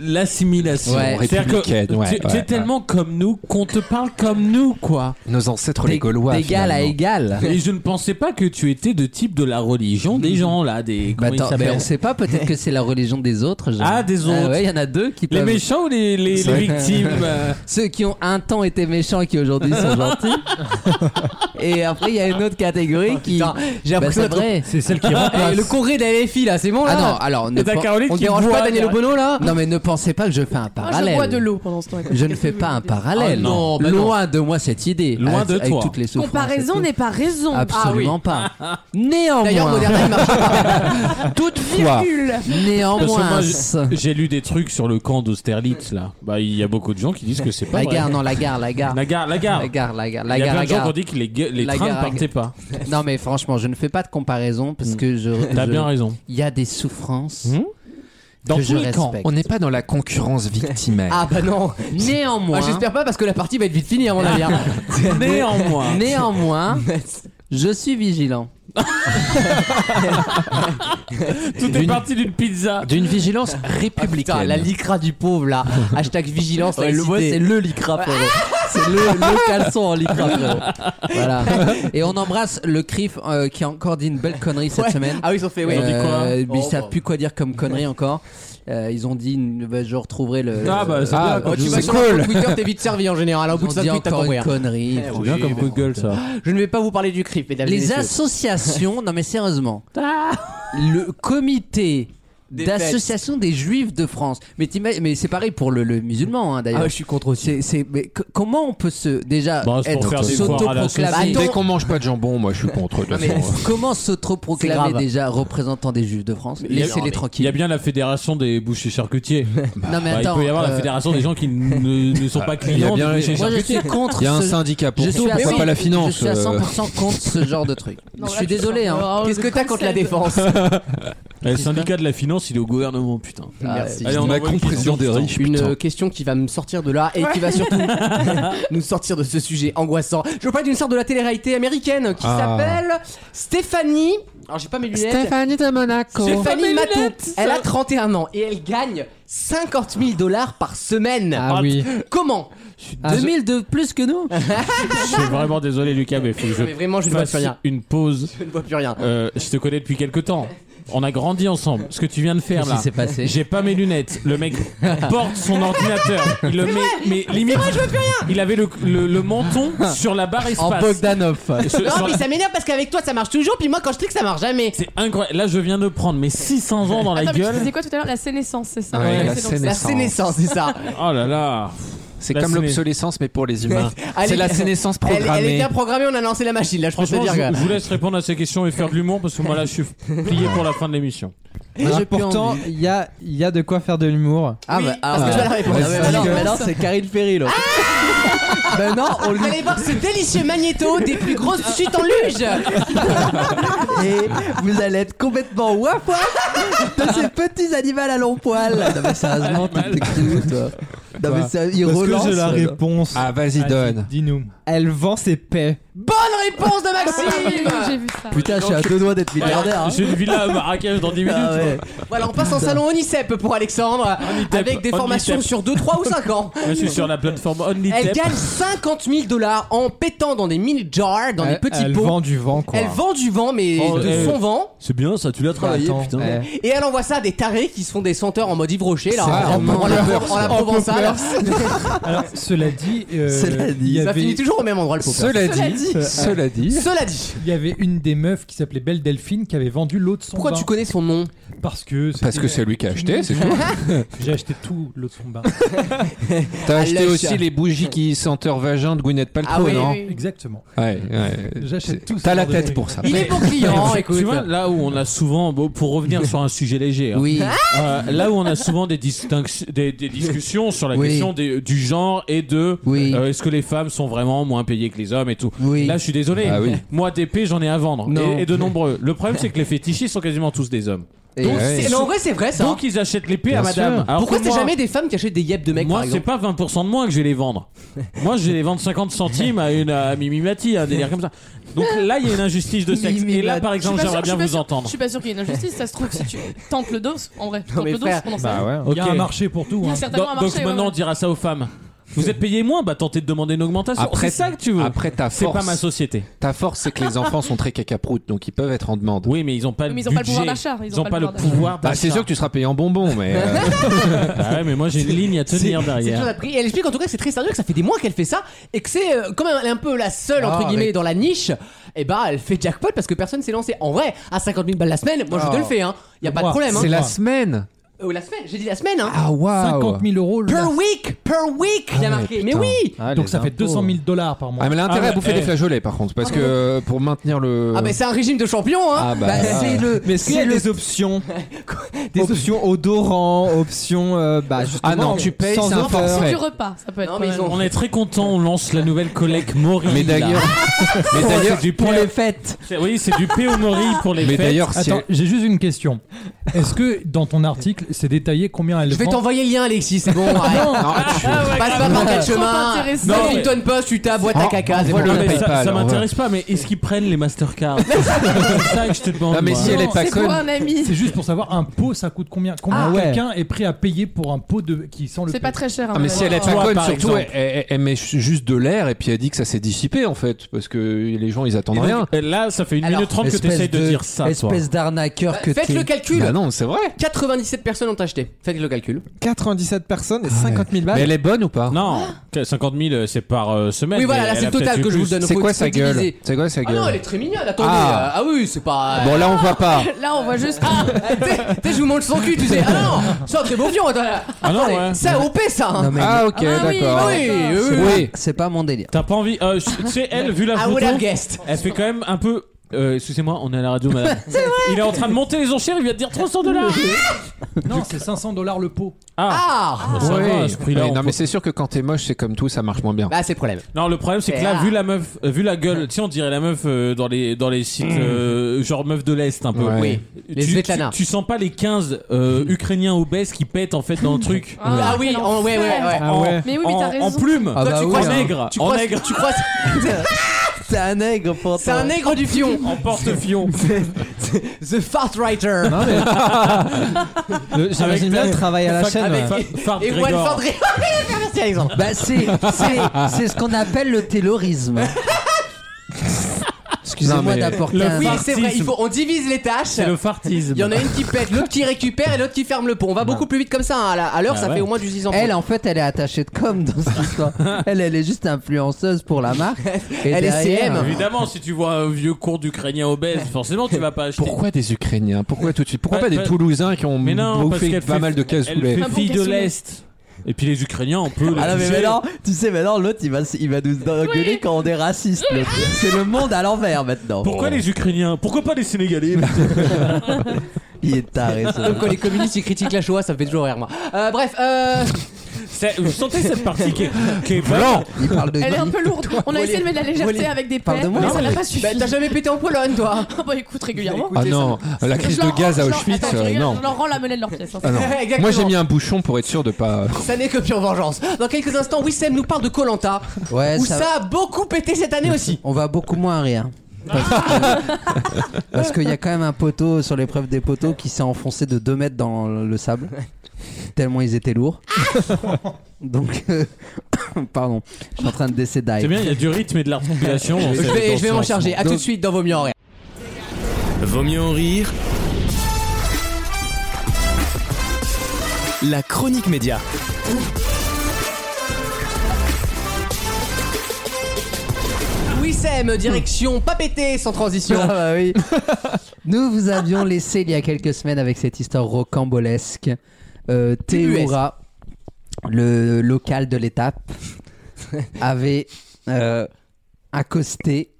l'assimilation.
Ouais.
C'est-à-dire que tu,
Républicaine, ouais,
tu es
ouais,
tellement comme nous qu'on te parle comme nous, quoi.
hein. Nos ancêtres les
D'é-
Gaulois.
d'égal à
finalement.
égal.
Et je ne pensais pas que tu étais de type de la religion des gens, là, des.
Bah
comment ils
attends, mais on
s'appellent
sait pas, peut-être que c'est la religion des autres. genre.
Ah, des autres.
ouais, il y en a deux qui
Les
peuvent-
méchants ou les, les- les victimes euh,
Ceux qui ont un temps été méchants et qui aujourd'hui sont gentils. et après, il y a une autre catégorie qui.
Putain, j'ai
Bah,
l'impression
c'est
d'être-
vrai.
C'est celle qui
Eh,
remplace.
le congrès d'AFI là, c'est bon là
Ah non, alors ne
Et t'as
pen-
Caroline
on
qui
dérange
boit
pas Daniel
derrière.
Obono là Non mais ne pensez pas que je fais un
Moi, Ah, je
parallèle.
bois de l'eau pendant ce temps.
Je ne fais pas un parallèle.
Ah non, bah non.
Loin de moi cette idée.
Loin
Avec-
de
avec
toi.
toutes les souffrances
Comparaison
et tout.
n'est pas raison.
Absolument pas.
D'ailleurs,
Néanmoins,
Moderna, il marche pas.
toutefois,
Parce que moi,
néanmoins,
j- j'ai lu des trucs sur le camp d'Austerlitz, là. Bah, il y a beaucoup de gens qui disent que c'est pas
la
vrai.
gare, non la gare, la gare,
La gare, la gare.
la gare, la gare,
Il
la
y a
gare,
plein
la
de gens qui
gare.
ont dit que les, ga- les
La
trains
gare,
ne
la
partaient pas. Mm.
Non mais franchement, je ne fais pas de comparaison parce que je.
T'as
je-
bien raison.
Il y a des souffrances.
Hmm Dans
que je
tous les camps.
respecte.
On n'est pas dans la concurrence victimaire.
Ah bah non.
Néanmoins,
Ah, J'espère pas parce que la partie va être vite finie à mon avis. hein.
Néanmoins.
néanmoins, je suis vigilant.
Tout est parti d'une pizza.
D'une vigilance
Ah, putain,
républicaine.
la licra du pauvre là. Hashtag vigilance.
Ouais, le moi, c'est le lycra, frérot. C'est le, le caleçon en lycra, frérot. Voilà. Et on embrasse le CRIF euh, qui a encore dit une belle connerie cette semaine.
Ah oui, ils ont fait, oui.
Ils ont dit quoi
Euh, mais ils
Oh,
savent
bah.
plus quoi dire comme connerie encore. Euh, ils ont dit, une- bah, je retrouverai le.
Ah bah, c'est
euh,
bien,
Oh, tu
C'est
vas sur leur compte Twitter, t'es vite servi en général. Au
ils
bout
ont
de 5
dit
minutes, t'as
encore
compris.
une
hein.
connerie.
C'est bien comme coup de gueule, ça.
Ah,
Je ne vais pas vous parler du CRIP, mesdames et
Les
messieurs.
associations, non mais sérieusement, le comité
Ah. Des
d'association des juifs de France. Mais, t'imagines- mais c'est pareil pour le, le musulman hein, d'ailleurs.
Ah, je suis contre aussi.
C'est, c'est- mais co- comment on peut se déjà
Bah, c'est pour
être
faire des foires à la
s'autoproclamer
Dès qu'on mange pas de jambon, moi je suis contre. De toute
bah Ah, Mais
façon.
Comment
C'est
s'autoproclamer
grave.
déjà représentant des Juifs de France
Il y a-
Laissez-les
Il y a
tranquilles.
bien la fédération des bouchers charcutiers.
non mais
Bah, il
attends,
peut y avoir la
euh,
fédération des gens qui ne, ne sont pas
Il y a
clients
bien-
du boucher
moi je
charcutier.
suis contre.
euh. Il y a un
ce-
syndicat pour
je suis
tout,
à
pourquoi
cent-
pas la finance
Je suis à
euh,
100% contre ce genre de truc. je suis désolé. Hein.
Qu'est-ce que t'as contre la défense
Eh, Le syndicat de la finance, il est au gouvernement, putain.
Ah,
Merci.
Allez, on envoie une question.
Une euh, question qui va me sortir de là et qui va surtout nous sortir de ce sujet angoissant. Je vous parle d'une sorte de la télé-réalité américaine qui
Ah.
s'appelle Stéphanie. Alors j'ai pas mes lunettes.
de Monaco.
Stéphanie Matou. Elle a 31 ans et elle gagne 50 000 dollars par semaine.
Ah oui.
Comment Ah,
2000 de plus que nous.
Je suis vraiment désolé, Lucas, mais faut que je
Ah, Mais vraiment, je ne vois
fasse
plus rien.
une pause.
Je ne vois plus rien.
Euh, je te connais depuis quelques temps. On a grandi ensemble. Ce que tu viens de faire
Qu'est-ce qui
là.
s'est passé
J'ai pas mes lunettes. Le mec porte son ordinateur. Il le met, mais limite. Il avait le, le- le menton sur la barre espace.
En Bogdanov.
Sur-
Non,
sur-
mais ça m'énerve parce qu'avec toi ça marche toujours, puis moi quand je trick ça marche jamais.
C'est incroyable. Là, je viens de prendre mes 600 ans dans
Ah,
la
Attends, Ah mais tu
gueule.
disais quoi tout à l'heure La sénescence, c'est ça
Ouais,
Ouais,
la
c'est donc-
sénescence.
La sénescence, c'est ça.
Oh là là.
C'est
La
comme
séné-
l'obsolescence, mais pour les humains.
Allez,
C'est la sénescence
Elle,
programmée.
elle est bien programmée, on a lancé la machine là, je peux te
Franchement,
dire.
je,
que-
je vous laisse répondre à ces questions et faire de l'humour parce que moi là, je suis plié pour la fin de l'émission.
Alors,
j'ai plus
pourtant,
envie.
il y a, il y a de quoi faire de l'humour.
Ah bah,
parce
ah,
que
bah.
tu as la réponse.
Ah,
Parce
bah, bah, non,
que-
bah, non, c'est Karine Ferry là. Bah non, on lui
Allez voir ce délicieux magnéto des plus grosses chutes en luge.
et vous allez être complètement waf waf de ces petits animaux à long poil. Ah, Non mais sérieusement, t'es t'es qui, nous, toi Non mais sérieux, il
Parce que
euh,
relance.
j'ai la
là.
réponse.
Ah, vas-y,
Vas-y,
donne.
Dis-nous. Elle vend ses paix.
Bonne réponse de Maxime
J'ai vu ça.
Putain, je suis à deux doigts d'être milliardaire.
Ah.
hein.
J'ai une villa à Marrakech dans 10 minutes.
Ah ouais.
Voilà, on passe en salon Onicep pour Alexandre, avec des
on y
formations
tape.
sur 2, 3 ou 5 ans.
Je suis sur la plateforme
Elle
OnlyTap.
gagne 50 000 dollars en pétant dans des mini jars, dans des petits
elle
pots.
vend du vent, quoi.
Elle vend du vent, mais
Oh,
de
eh,
son vent.
C'est bien ça, tu l'as travaillé,
Attends,
putain.
eh.
Et elle envoie ça à des tarés qui se font des senteurs en mode Yves Rocher, là,
C'est
en,
vraiment
en- en la,
poppers.
en la
En
provençale.
Alors, cela dit, euh,
Cela dit.
il y
Ça
avait-
finit toujours au même endroit le popper.
Cela dit,
Euh,
cela dit.
Cela dit.
Il y avait une des meufs qui s'appelait Belle Delphine qui avait vendu l'eau de son
Pourquoi
bain.
tu connais son nom
Parce que
Parce que c'est lui qui a acheté, c'est tout.
J'ai acheté tout l'eau de son bain.
T'as acheté
lâche.
aussi les bougies qui senteur vagin de Gwyneth Paltrow,
Ah oui,
non
oui,
Exactement.
Ouais, ouais.
Euh, J'achète
C'est-
tout.
T'as
ce
la
genre de
tête
truc.
pour ça.
Il est bon client,
Tu-
écoute.
Tu vois, là où on a souvent, bon, pour revenir sur un sujet léger, hein,
Oui.
euh, là où on a souvent des, distinctions- des, des discussions sur la
Oui.
question des- du genre et de
Oui.
euh, est-ce que les femmes sont vraiment moins payées que les hommes et tout.
Oui.
Là, je suis désolé.
Ah oui.
Moi, d'épée, j'en ai à vendre.
Non.
Et, et de nombreux. Le problème, c'est que les fétichistes sont quasiment tous des hommes.
Et
Donc,
ouais.
C'est-
ce-
non, en vrai, c'est vrai ça.
donc ils achètent l'épée à
Bien sûr.
madame. Alors
Pourquoi
que
c'est
moi-
jamais des femmes qui achètent des yep de mecs par
moi, c'est
exemple
pas 20% de moins que je vais les vendre. moi, je vais les vendre 50 centimes à une à Mimi Mati, un délire comme ça. Donc là, il y a une injustice de sexe.
Mimi
Et là,
Mati.
par
Je suis
exemple,
pas
j'aimerais
sûre- je
bien
suis pas
vous
sûre-
entendre.
Je suis pas sûr qu'il y ait une injustice, ça se trouve si tu tentes le dos, en vrai. Tente
mais
le dos,
frère,
on en sait rien.
Bah ouais.
Il y a
Ok.
un marché pour tout.
Il y
hein.
a
Donc,
certainement un
donc
marché.
maintenant,
ouais,
on dira ça aux femmes. Vous êtes payé moins, bah tentez de demander une augmentation.
Après-
c'est ça que tu veux.
Après, ta
C'est pas
force,
ma société.
ta force, c'est que les enfants sont très cacaproutes, donc ils peuvent être en demande.
Oui, mais ils ont pas
ouais.
le
Mais ils ont
budget.
pas le pouvoir d'achat.
Ils ont pas le
d'achat.
pouvoir d'achat.
Bah, c'est sûr que tu seras payé en bonbons, mais. euh,
Ah ouais, mais moi j'ai une ligne à tenir
C'est toujours
derrière.
appris. Et elle explique en tout cas que c'est très sérieux, que ça fait des mois qu'elle fait ça, et que c'est euh, comme elle est un peu la seule
Ah,
entre guillemets
mais-
dans la niche, et bah elle fait jackpot parce que personne s'est lancé. En vrai, à 50 000 balles la semaine, moi je te le fais, hein. Y a pas de
Moi,
problème. Hein.
c'est la semaine
Euh, la semaine, j'ai dit la semaine, hein.
Ah, waouh
50 000 euros. le-
Per week, per week, il y a marqué. Mais oui.
Ah,
Donc
les
ça fait
impôts.
200 000 dollars par
Ah,
mois.
mais elle a intérêt
Ah,
à bouffer
eh.
des flageolets, par contre, parce que euh, pour maintenir le.
Ah mais c'est un régime de champion, hein.
Ah, bah.
Bah, c'est le.
Mais est-ce qu'il y a
c'est le-
des options Des options odorants, options. euh, bah, justement,
Ah non, tu payes,
sans
c'est un
offre.
forfait.
Sur
Ouais.
du repas, ça peut être.
Non,
pas
mais
mal.
ils ont-
On est très content. On lance la nouvelle collecte Mori.
Mais
là.
d'ailleurs, mais d'ailleurs,
du
Pour
pain.
les fêtes.
C'est- Oui, c'est du P au Mori pour les
mais
fêtes.
d'ailleurs, si
Attends, j'ai juste une question. Est-ce que dans ton article, c'est détaillé combien elle
Je vais
vend
t'envoyer le lien, Alexis. C'est bon. arrête.
elle- Non,
Ah
tu-
Passe pas par quatre chemins.
intéressés.
Non,
Non,
tu
mais-
tonnes pas, tu ta boîte à
En-
caca. c'est
envoie
bon.
le-
Non, mais ça,
PayPal,
ça
on va.
m'intéresse pas, mais est-ce qu'ils prennent les Mastercard C'est ça que je te demande.
Non, mais
moi.
si elle est pas
C'est pour
conne.
un ami.
C'est juste pour savoir un pot, ça coûte combien Combien
Ah ouais.
quelqu'un est prêt à payer pour un pot de qui sent le
C'est
pet
pas très cher. hein.
Ah, mais si elle est
Toi,
pas conne,
par
surtout,
exemple.
elle, elle- elle met juste de l'air et puis elle dit que ça s'est dissipé en fait, parce que les gens ils attendent
Et
rien.
donc, Là, ça fait une
Alors,
minute trente que
espèce
t'essayes de dire ça, toi.
Espèce d'arnaqueur que
Faites
t'es.
le calcul.
Bah non, Bah, c'est vrai.
97 personnes ont acheté. Faites le calcul.
97 personnes et 50 000
Ah, Mais
balles.
elle est bonne ou pas
Non, que 50 000, euh, c'est par euh, semaine.
Oui, voilà,
mais
là,
elle
c'est
a
le total
peut-être
que
eu
je vous
plus.
donne.
C'est
Faut-
quoi
faut
sa gueule
diviser.
C'est quoi sa
Ah non, elle
gueule
est très mignonne, attendez.
Ah.
euh, Ah, oui, c'est pas.
Bon là on voit pas.
Là, on voit juste. Ah,
Eh, t'sais- t'sais, je vous montre son cul, tu sais. Ah non, c'est un très beau vion. attends, là.
Ah non,
Attendez,
ouais.
C'est AOP ça. hein.
Non, mais
Ah ok,
Ah oui,
d'accord.
bah
oui,
d'accord.
oui. oui.
c'est pas mon délire.
T'as pas envie. euh, tu sais, elle, vu la
I would
photo,
have guessed.
elle fait quand même un peu. euh, Excusez-moi, on est à la radio, madame. Il est en train de monter les enchères, il vient de dire 300 dollars.
Non, c'est 500 dollars le pot.
Ah,
Ah
Bah, ça va,
Oui.
à ce prix-là,
Oui,
on
non
peut-
mais c'est sûr que quand t'es moche c'est comme tout ça marche moins bien.
Bah, c'est le problème.
Non, le problème c'est que là,
Ah.
vu la meuf, euh, vu la gueule, tu sais, on dirait la meuf euh, dans les dans les sites euh, genre meuf de l'est un peu.
Ouais.
Oui. Les
tu,
Svetlana.
tu- tu sens pas les 15 euh, Ukrainiens obèses qui pètent en fait dans le truc.
Ah oui,
quel
en- ouais, ouais,
enfer.
ouais.
Ah
En-
ouais.
Mais oui, mais
en,
t'as raison.
en plume,
Ah
Toi,
bah
tu
oui,
crois
hein.
nègre,
Tu
en
crois-
nègre,
Tu crois.
C'est un nègre, pourtant.
C'est un nègre du fion.
en porte-fion.
The Fart Writer.
Le- J'imagine bien le travail à la chaîne.
avec-
ouais.
Fart
Et Oh, One
Grégor.
Fart Writer. Merci Alexandre.
Bah, c'est, c'est, c'est ce qu'on appelle le terrorisme.
Non,
Excusez-moi
mais-
d'apporter un.
Oui,
fartisme.
c'est vrai, il faut, on divise les tâches.
C'est le fartisme.
Il y en a une qui pète, l'autre qui récupère et l'autre qui ferme le pont. On va beaucoup plus vite comme ça. hein. À la- à l'heure,
Ah
ça
ouais.
fait au moins du 6 ans.
Bah. Elle, en fait, elle est attachée de com dans cette histoire. Elle, elle est juste influenceuse pour la marque. Et
Elle est
derrière-
CM.
Évidemment, si tu vois un vieux cours d'Ukrainien obèse, forcément tu vas pas acheter.
Pourquoi des Ukrainiens Pourquoi tout de suite Pourquoi
Bah,
pas des
bah-
Toulousains qui ont
Mais non, parce
bouffé
qu'elle
pas
fait-
mal de
Elle
cassoulet
fait
Un bon
fille de
cassoulet.
l'est. Et puis les Ukrainiens, on peut. les
Ah non, mais,
juger.
maintenant, tu sais, maintenant, l'autre, il va, il va nous engueuler quand on est raciste. l'autre. C'est le monde à l'envers maintenant.
Pourquoi les Ukrainiens Pourquoi pas les Sénégalais
Il est taré, ce
Comme quand les communistes ils critiquent la Shoah, ça me fait toujours rire moi. Euh, bref, euh,
C'est- Vous sentez cette partie qui est, qui est pas-
Ah Non.
Il parle de
Elle est un
Guy.
peu lourde. On a essayé de mettre de la légèreté
Molly,
avec des pelles,
pardonne-moi,
mais ça
mais-
n'a pas suffi.
Bah, t'as jamais pété en Pologne, toi
Ah bah écoute, régulièrement.
Ah non, la crise
Je leur
de gaz
rends-
à
je leur-
Auschwitz,
attends, tu
euh,
rigoles,
non.
Je leur rends la monnaie de leur pièce. hein.
Ah non.
Exactement.
Moi j'ai mis un bouchon pour être sûr de pas.
Ça n'est que pure vengeance. Dans quelques instants, Wissem nous parle de Colanta.
Ouais,
où ça...
Eh, ça-
a beaucoup pété cette année aussi.
On va beaucoup moins rire. Parce que- parce qu'il y a quand même un poteau sur l'épreuve des poteaux qui s'est enfoncé de 2 mètres dans le sable, tellement ils étaient lourds. Donc, euh, pardon, je suis en train de décéder.
C'est bien, il y a du rythme et de l'articulation. dans
Je
cette-
vais,
dans
je vais
ce
m'en
lancement.
charger. À tout de suite dans Vos mieux en rire.
Vaut mieux en rire. La chronique média.
Wissem, direction pas pété sans transition.
Hmm. Ah bah oui. Nous vous avions laissé il y a quelques semaines avec cette histoire rocambolesque. Euh, Théoura, le local de l'étape, avait euh, accosté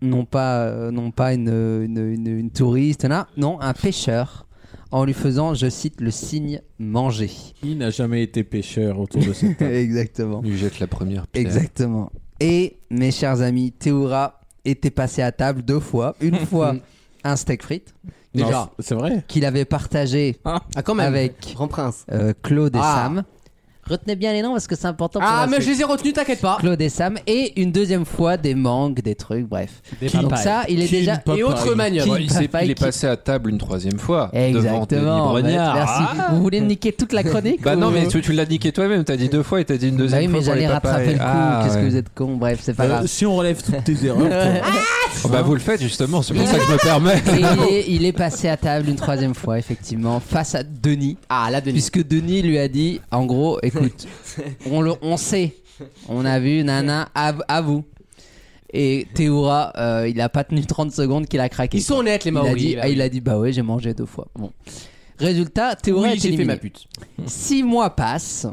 non pas, euh, non pas une, une- une- une touriste, là, non, un pêcheur, en lui faisant, je cite, le signe manger.
Qui n'a jamais été pêcheur autour de cette table
Exactement.
Lui jette la première pierre.
Exactement. Et mes chers amis, Théoura était passé à table deux fois. Une fois, un steak frites.
Non,
Déjà,
c'est- C'est vrai.
qu'il avait partagé
Ah, quand même.
Avec-
Grand Prince.
euh, Claude et
Ah.
Sam. Retenez bien les noms parce que c'est important pour
Ah,
la
mais je
suite.
les ai retenus, t'inquiète pas.
Claude et Sam et une deuxième fois des mangues, des trucs, bref.
Des
Donc
papayes.
ça, il est
Qui
déjà
une pop-
Et autre
Pareil.
manœuvre.
Il, s'est-
Papaye
il est
qui-
passé à table une troisième fois. Devant
exactement.
Denis Brognard.
Merci. Vous voulez me niquer toute la chronique
Bah non,
ou-
mais tu, tu l'as niqué toi-même. T'as dit deux fois et t'as dit une
Bah
deuxième
oui,
fois.
mais
pour les
j'allais rattraper le coup.
papayes. Ah,
Qu'est-ce
ouais. Euh,
que vous êtes con Bref, c'est pas
Euh,
grave.
si on relève toutes tes erreurs.
Oh, Bah vous le faites justement. C'est pour ça que je me permets.
Et il, est, il est passé à table une troisième fois, effectivement, face à Denis.
Ah, là, Denis.
Puisque Denis lui a dit, en gros, écoute, on, le, on sait, on a vu, nana, à, à vous. Et Théoura, euh, il a pas tenu 30 secondes qu'il a craqué.
Ils sont honnêtes, les
il a,
Maoris.
dit,
là,
ah,
oui.
il a dit, bah ouais, j'ai mangé deux fois. Bon. Résultat, Théoura
Oui,
est
j'ai fait
éliminée.
ma pute.
Six mois passent.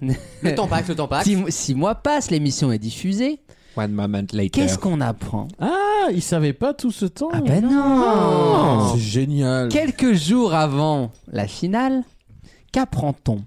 Le temps passe, le temps passe.
Six, mo- six mois passent, l'émission est diffusée.
One moment later.
Qu'est-ce qu'on apprend
Ah, il savait pas tout ce temps.
Ah ben non
C'est génial.
Quelques jours avant la finale, qu'apprend-on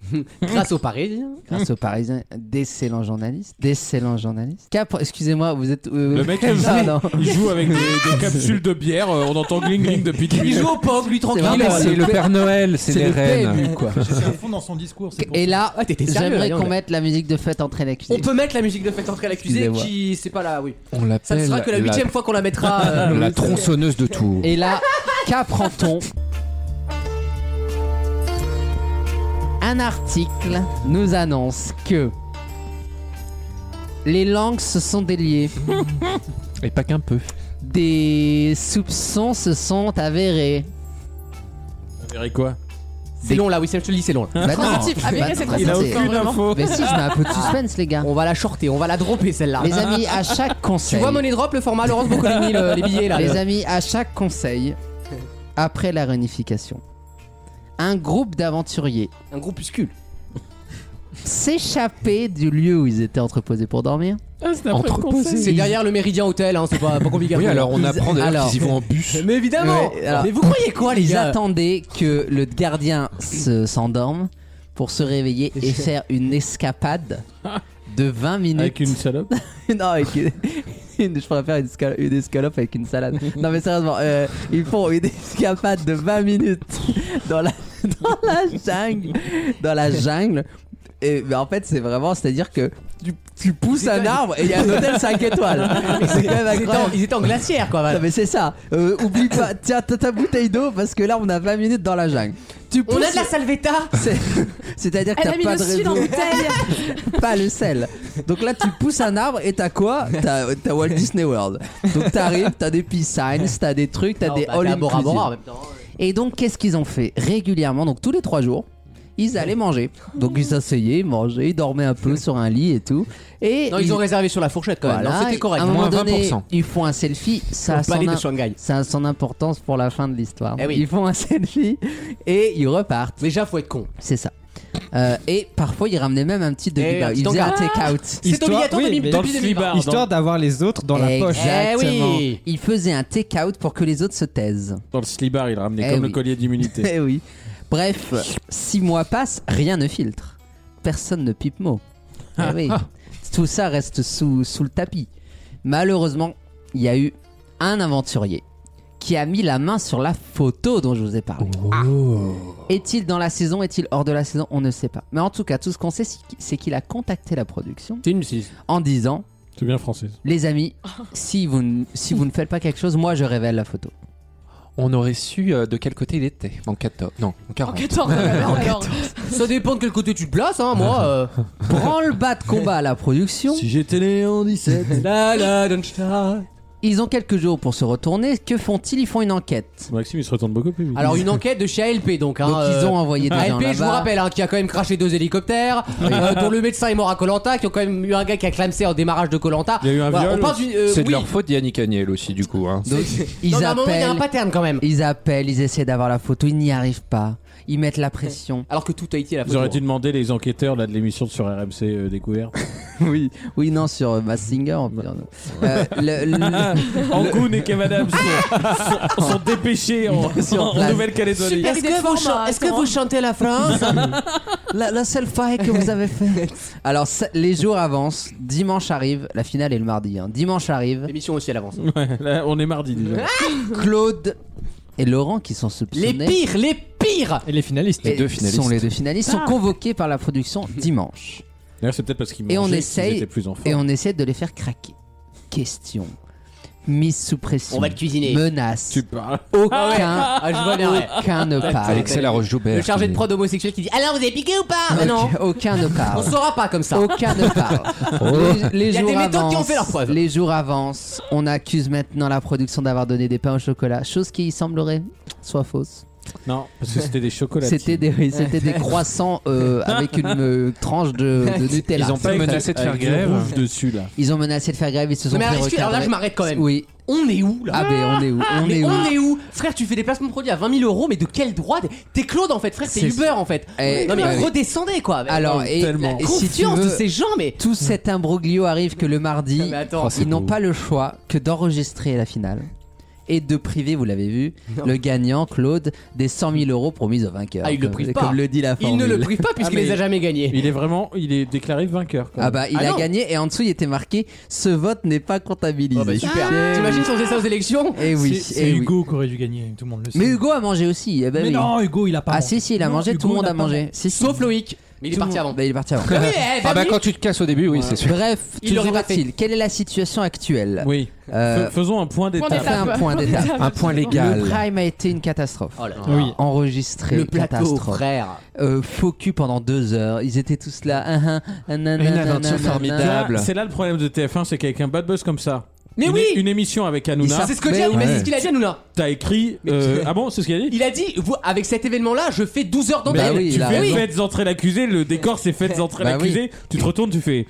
Grâce aux Parisiens.
Grâce aux Parisiens, d'excellents journalistes, d'excellents journalistes. Qu'appre- Excusez-moi, vous êtes. euh,
Le mec,
Ah,
non,
il joue,
non.
il joue avec des, des capsules de bière. euh, On entend gling gling depuis 10
Il
minutes.
joue au POG, lui,
C'est
tranquille.
vraiment
Euh,
C'est le Père Noël, c'est les
le
reines.
PMU, quoi.
J'étais à fond dans son discours. c'est pour
Et là,
Ah, t'étais sérieux,
j'aimerais
là,
qu'on
ouais.
mette la musique de fête entrée l'accusé.
On peut mettre la musique de fête entrée à l'accusé
Excusez-moi.
qui. C'est pas là, oui.
On l'appelle.
Ça ne sera que la huitième fois qu'on la mettra.
la-
euh,
La tronçonneuse de Tours.
Ah, Et là, qu'apprend-on Un article nous annonce que les langues se sont déliées.
Et pas qu'un peu.
Des soupçons se sont avérés.
On dirait quoi
C'est long là, oui, c'est- je te le dis, c'est long. là.
Bah non,
Ah, mais
bah
c'est
non,
très
Il a
c'est-
sensible,
aucune
vraiment.
info.
Mais si, je mets un peu de suspense, les gars.
On va la shorter, on va la dropper celle-là.
Les amis, à chaque
Tu
conseil.
vois Money Drop, le format Laurence Boccolini, le- les billets là.
les
le-
amis, à chaque conseil, après la réunification, un groupe d'aventuriers
Un groupuscule.
s'échappait du lieu où ils étaient entreposés pour dormir.
C'est derrière le Méridien Hotel, hein, c'est pas, pas compliqué. à
Oui,
trouver.
alors on
Ils-
apprend d'ailleurs
alors-
qu'ils y vont en bus.
Mais évidemment
Ouais, alors-
Mais vous croyez quoi, les
Ils
gars
attendaient que le gardien se- s'endorme pour se réveiller et faire une escapade de 20 minutes.
Avec une salope.
non, avec une... une- je préfère une, escal- une escalope avec une salade. Non, mais sérieusement, euh, ils font une escapade de 20 minutes dans la, dans la jungle. Dans la jungle. Et ben, en fait, c'est vraiment, c'est-à-dire que tu, tu pousses un arbre et il y a un hôtel 5 étoiles.
ils
C'est quand même
étaient, en,
incroyable.
ils étaient en glacière quoi. voilà.
Non, Ah, mais c'est ça. Euh, oublie pas, tiens, t'as ta bouteille d'eau parce que là, on a 20 minutes dans la jungle. Tu
On a
pousses-
de la salvetta
c'est- C'est-à-dire que
Elle a
t'as
mis
pas
le
de
sud en
réseau
bouteille.
pas le sel. Donc là, tu pousses un arbre et t'as quoi T'as euh, t'as Walt Disney World. Donc t'arrives, t'as des peace signs, t'as des trucs, t'as
Non,
des
bah,
all
t'es à Bora
inclusive.
Bora en même temps.
Et donc, qu'est-ce qu'ils ont fait régulièrement Donc tous les trois jours, ils allaient manger. Donc ils s'asseyaient, mangeaient, ils dormaient un peu sur un lit et tout. Et
Non, ils ont réservé sur la fourchette quand même.
voilà,
Non, C'était correct.
À un moment
Moins
donné,
20%.
ils font un selfie. Ça a
Au
son
palais
im-
de Shanghai.
ça a son importance pour la fin de l'histoire.
Eh oui.
Ils font un selfie et ils repartent.
Déjà, faut être con.
C'est ça. Euh, et parfois, ils ramenaient même un petit
Eh,
demi
un
bar.
petit
Ils faisaient un
encart. Ah,
take-out.
C'est
Histoire-
obligatoire de
oui,
mime-
mais
Dans
depuis
le
2000.
slibard.
Histoire d'avoir les autres dans la poche.
Exactement.
Eh oui.
Il faisait un take-out pour que les autres se taisent.
Dans le slibard, il a ramené
Eh
comme
oui.
le collier d'immunité.
Eh oui. Bref, six mois passent, rien ne filtre.
personne ne pipe mot. Eh
Ah,
oui. Tout ça reste sous, sous le tapis. Malheureusement, il y a eu un aventurier qui a mis la main sur la photo dont je vous ai parlé.
Oh.
Ah. Est-il dans la saison Est-il hors de la saison On ne sait pas. Mais en tout cas, tout ce qu'on sait, c'est qu'- c'est qu'il a contacté la production en disant
C'est bien français.
Les amis,
Oh.
si vous, ne- si vous ne faites pas quelque chose, moi je révèle la photo.
On aurait su euh, de quel côté il était. En 14. Non, en 40.
alors.
Ça dépend de quel côté tu te places, hein, moi. euh.
le bas de combat à la production. Si
j'étais né en 17.
Ils ont quelques jours pour se retourner. Que font-ils Ils font une enquête.
Maxime, il se retourne beaucoup plus vite.
Alors une enquête de chez ALP donc. Hein,
Donc, ils
euh,
ont envoyé des gens
ALP, je vous
là-bas.
rappelle, hein, qui a quand même craché deux hélicoptères,
Oui.
euh, dont le médecin est mort à Colanta, qui ont quand même eu un gars qui a clamsé en démarrage de Colanta.
Il y a eu un
Voilà,
viol.
on parle d'une- euh,
c'est de
oui.
leur faute, Yannick Agnel aussi, du coup.
Euh,
hein.
Donc, ils
Non, mais à un
appellent.
moment, il y a un pattern quand même.
Ils appellent, ils essaient d'avoir la photo, ils n'y arrivent pas. Ils mettent la pression.
Alors que tout a été à la
Vous
photo.
auriez dû demander les enquêteurs là, de l'émission sur RMC euh, Découverte.
oui, oui, non, sur euh, Mass Singer. on peut dire, non. Euh, le- le-
Angoun et Kev Adams sont, sont- sont dépêchés en,
Sur
en
place.
Nouvelle-Calédonie.
Super idée.
Est-ce que, vous
Forme,
chan-
hein,
est-ce que vous chantez la France
la, la seule faille que vous avez faite. Alors, ça- les jours avancent. Dimanche arrive. La finale est le mardi. hein. Dimanche arrive.
L'émission aussi elle avance.
Ouais, là, on est mardi déjà.
Claude et Laurent qui sont
Les
soupçonnés.
pires, les pires
Ah.
Et les finalistes.
Et Sont les deux finalistes sont
Ah.
convoqués par la production dimanche.
D'ailleurs, c'est peut-être parce qu'ils
et on
mangeaient qu'ils
essaye
étaient plus en forme.
et on essaie de les faire craquer. Question. Mise sous pression.
On va le cuisiner.
Menace.
Tu parles.
Aucun,
Ah ouais. Ah, je vois bien, ouais.
aucun ne parle.
Alexis Laroche-Joubert.
Le chargé de prod homosexuel qui dit Alors vous avez piqué ou pas Mais
Aucun-
Ah, Non
Aucun ne
On
parle.
saura pas comme ça Oh.
Aucun ne parle. Les, les
Il y a
jours
des méthodes qui ont
avancent,
fait leur preuve.
Les jours avancent. On accuse maintenant la production d'avoir donné des pains au chocolat, chose qui semblerait soit fausse.
Non, parce que c'était des chocolats.
C'était des, oui, c'était des croissants euh, avec une euh, tranche de, de Nutella.
Ils ont pas menacé de faire grève.
rouge dessus là.
Ils ont menacé de faire grève. Ils se sont
Mais
fait
alors, excuse- alors là
recadrer.
je m'arrête quand même
Oui.
On est où là
Ah ben on est où On
mais
est où
on est où Frère, tu fais des placements de produits à 20 000 euros, mais de quel droit T'es Claude en fait, frère, t'es
C'est-
Uber en fait.
Eh,
non mais
ouais, oui.
redescendez quoi. Mais
Alors,
non,
et,
tellement.
et si tu
confiance
veux,
de ces gens, mais
tout cet imbroglio arrive que le mardi,
Mais attends. Oh, c'est
ils n'ont
beau.
pas le choix que d'enregistrer la finale et de priver, vous l'avez vu, le gagnant, Claude, des 100 000 euros promis au vainqueur.
Ah, ils le
comme,
privent pas.
Comme le dit la
il
formule.
ne le prive pas puisqu'il
Ah, mais-
les a jamais gagnés.
Il est vraiment, il est déclaré vainqueur. Quand
Ah bah, il
Ah
a
non.
gagné et en dessous, il était marqué « Ce vote n'est pas comptabilisé
Oh, bah, super. T'imagines si on faisait ça aux élections
Et oui,
C'est
eh
c'est
oui.
Hugo qui aurait dû gagner, tout le monde le sait.
Mais Hugo a mangé aussi. eh ben
Mais
oui.
non, Hugo, il a pas.
ah
mangé.
si, si, il a
Non,
mangé,
Hugo,
tout le monde
n'a
a
pas
mangé. Si, si.
Sauf Loïc. Mais il est
Tout le
parti
monde-
avant.
Bah, il est parti avant.
Ah oui, eh,
Ah bah
Fabrice,
quand tu te casses au début, oui, c'est sûr.
Bref,
Il l'aurait
toujours
pas fait.
est-il, quelle est la situation actuelle
Oui.
Euh,
Fais- Faisons un point
On
d'étape.
fait un point d'étape.
Un point légal.
Le prime a été une catastrophe.
Oh là là.
Oui.
Enregistré,
le plateau,
catastrophe.
frère.
Euh, faux cul pendant deux heures. Ils étaient tous là. Ah, ah, ah, nanana,
Une aventure
nanana.
formidable.
Là, C'est là le problème de TF1, c'est qu'avec un bad buzz comme ça.
Mais
une,
oui
Une émission avec
Il
Hanouna,
Ah,
c'est ce que
mais
dit,
oui.
mais c'est
Ouais.
ce qu'il a dit à nous là.
t'as écrit. euh, ah bon, c'est ce qu'il a dit
Il a dit, vous, avec cet événement-là, je fais 12 heures
Bah
d'antenne.
oui,
Tu
il a
fais
raison.
faites entrer l'accusé, le décor c'est faites entrer
Bah oui.
l'accusé, tu te retournes, tu fais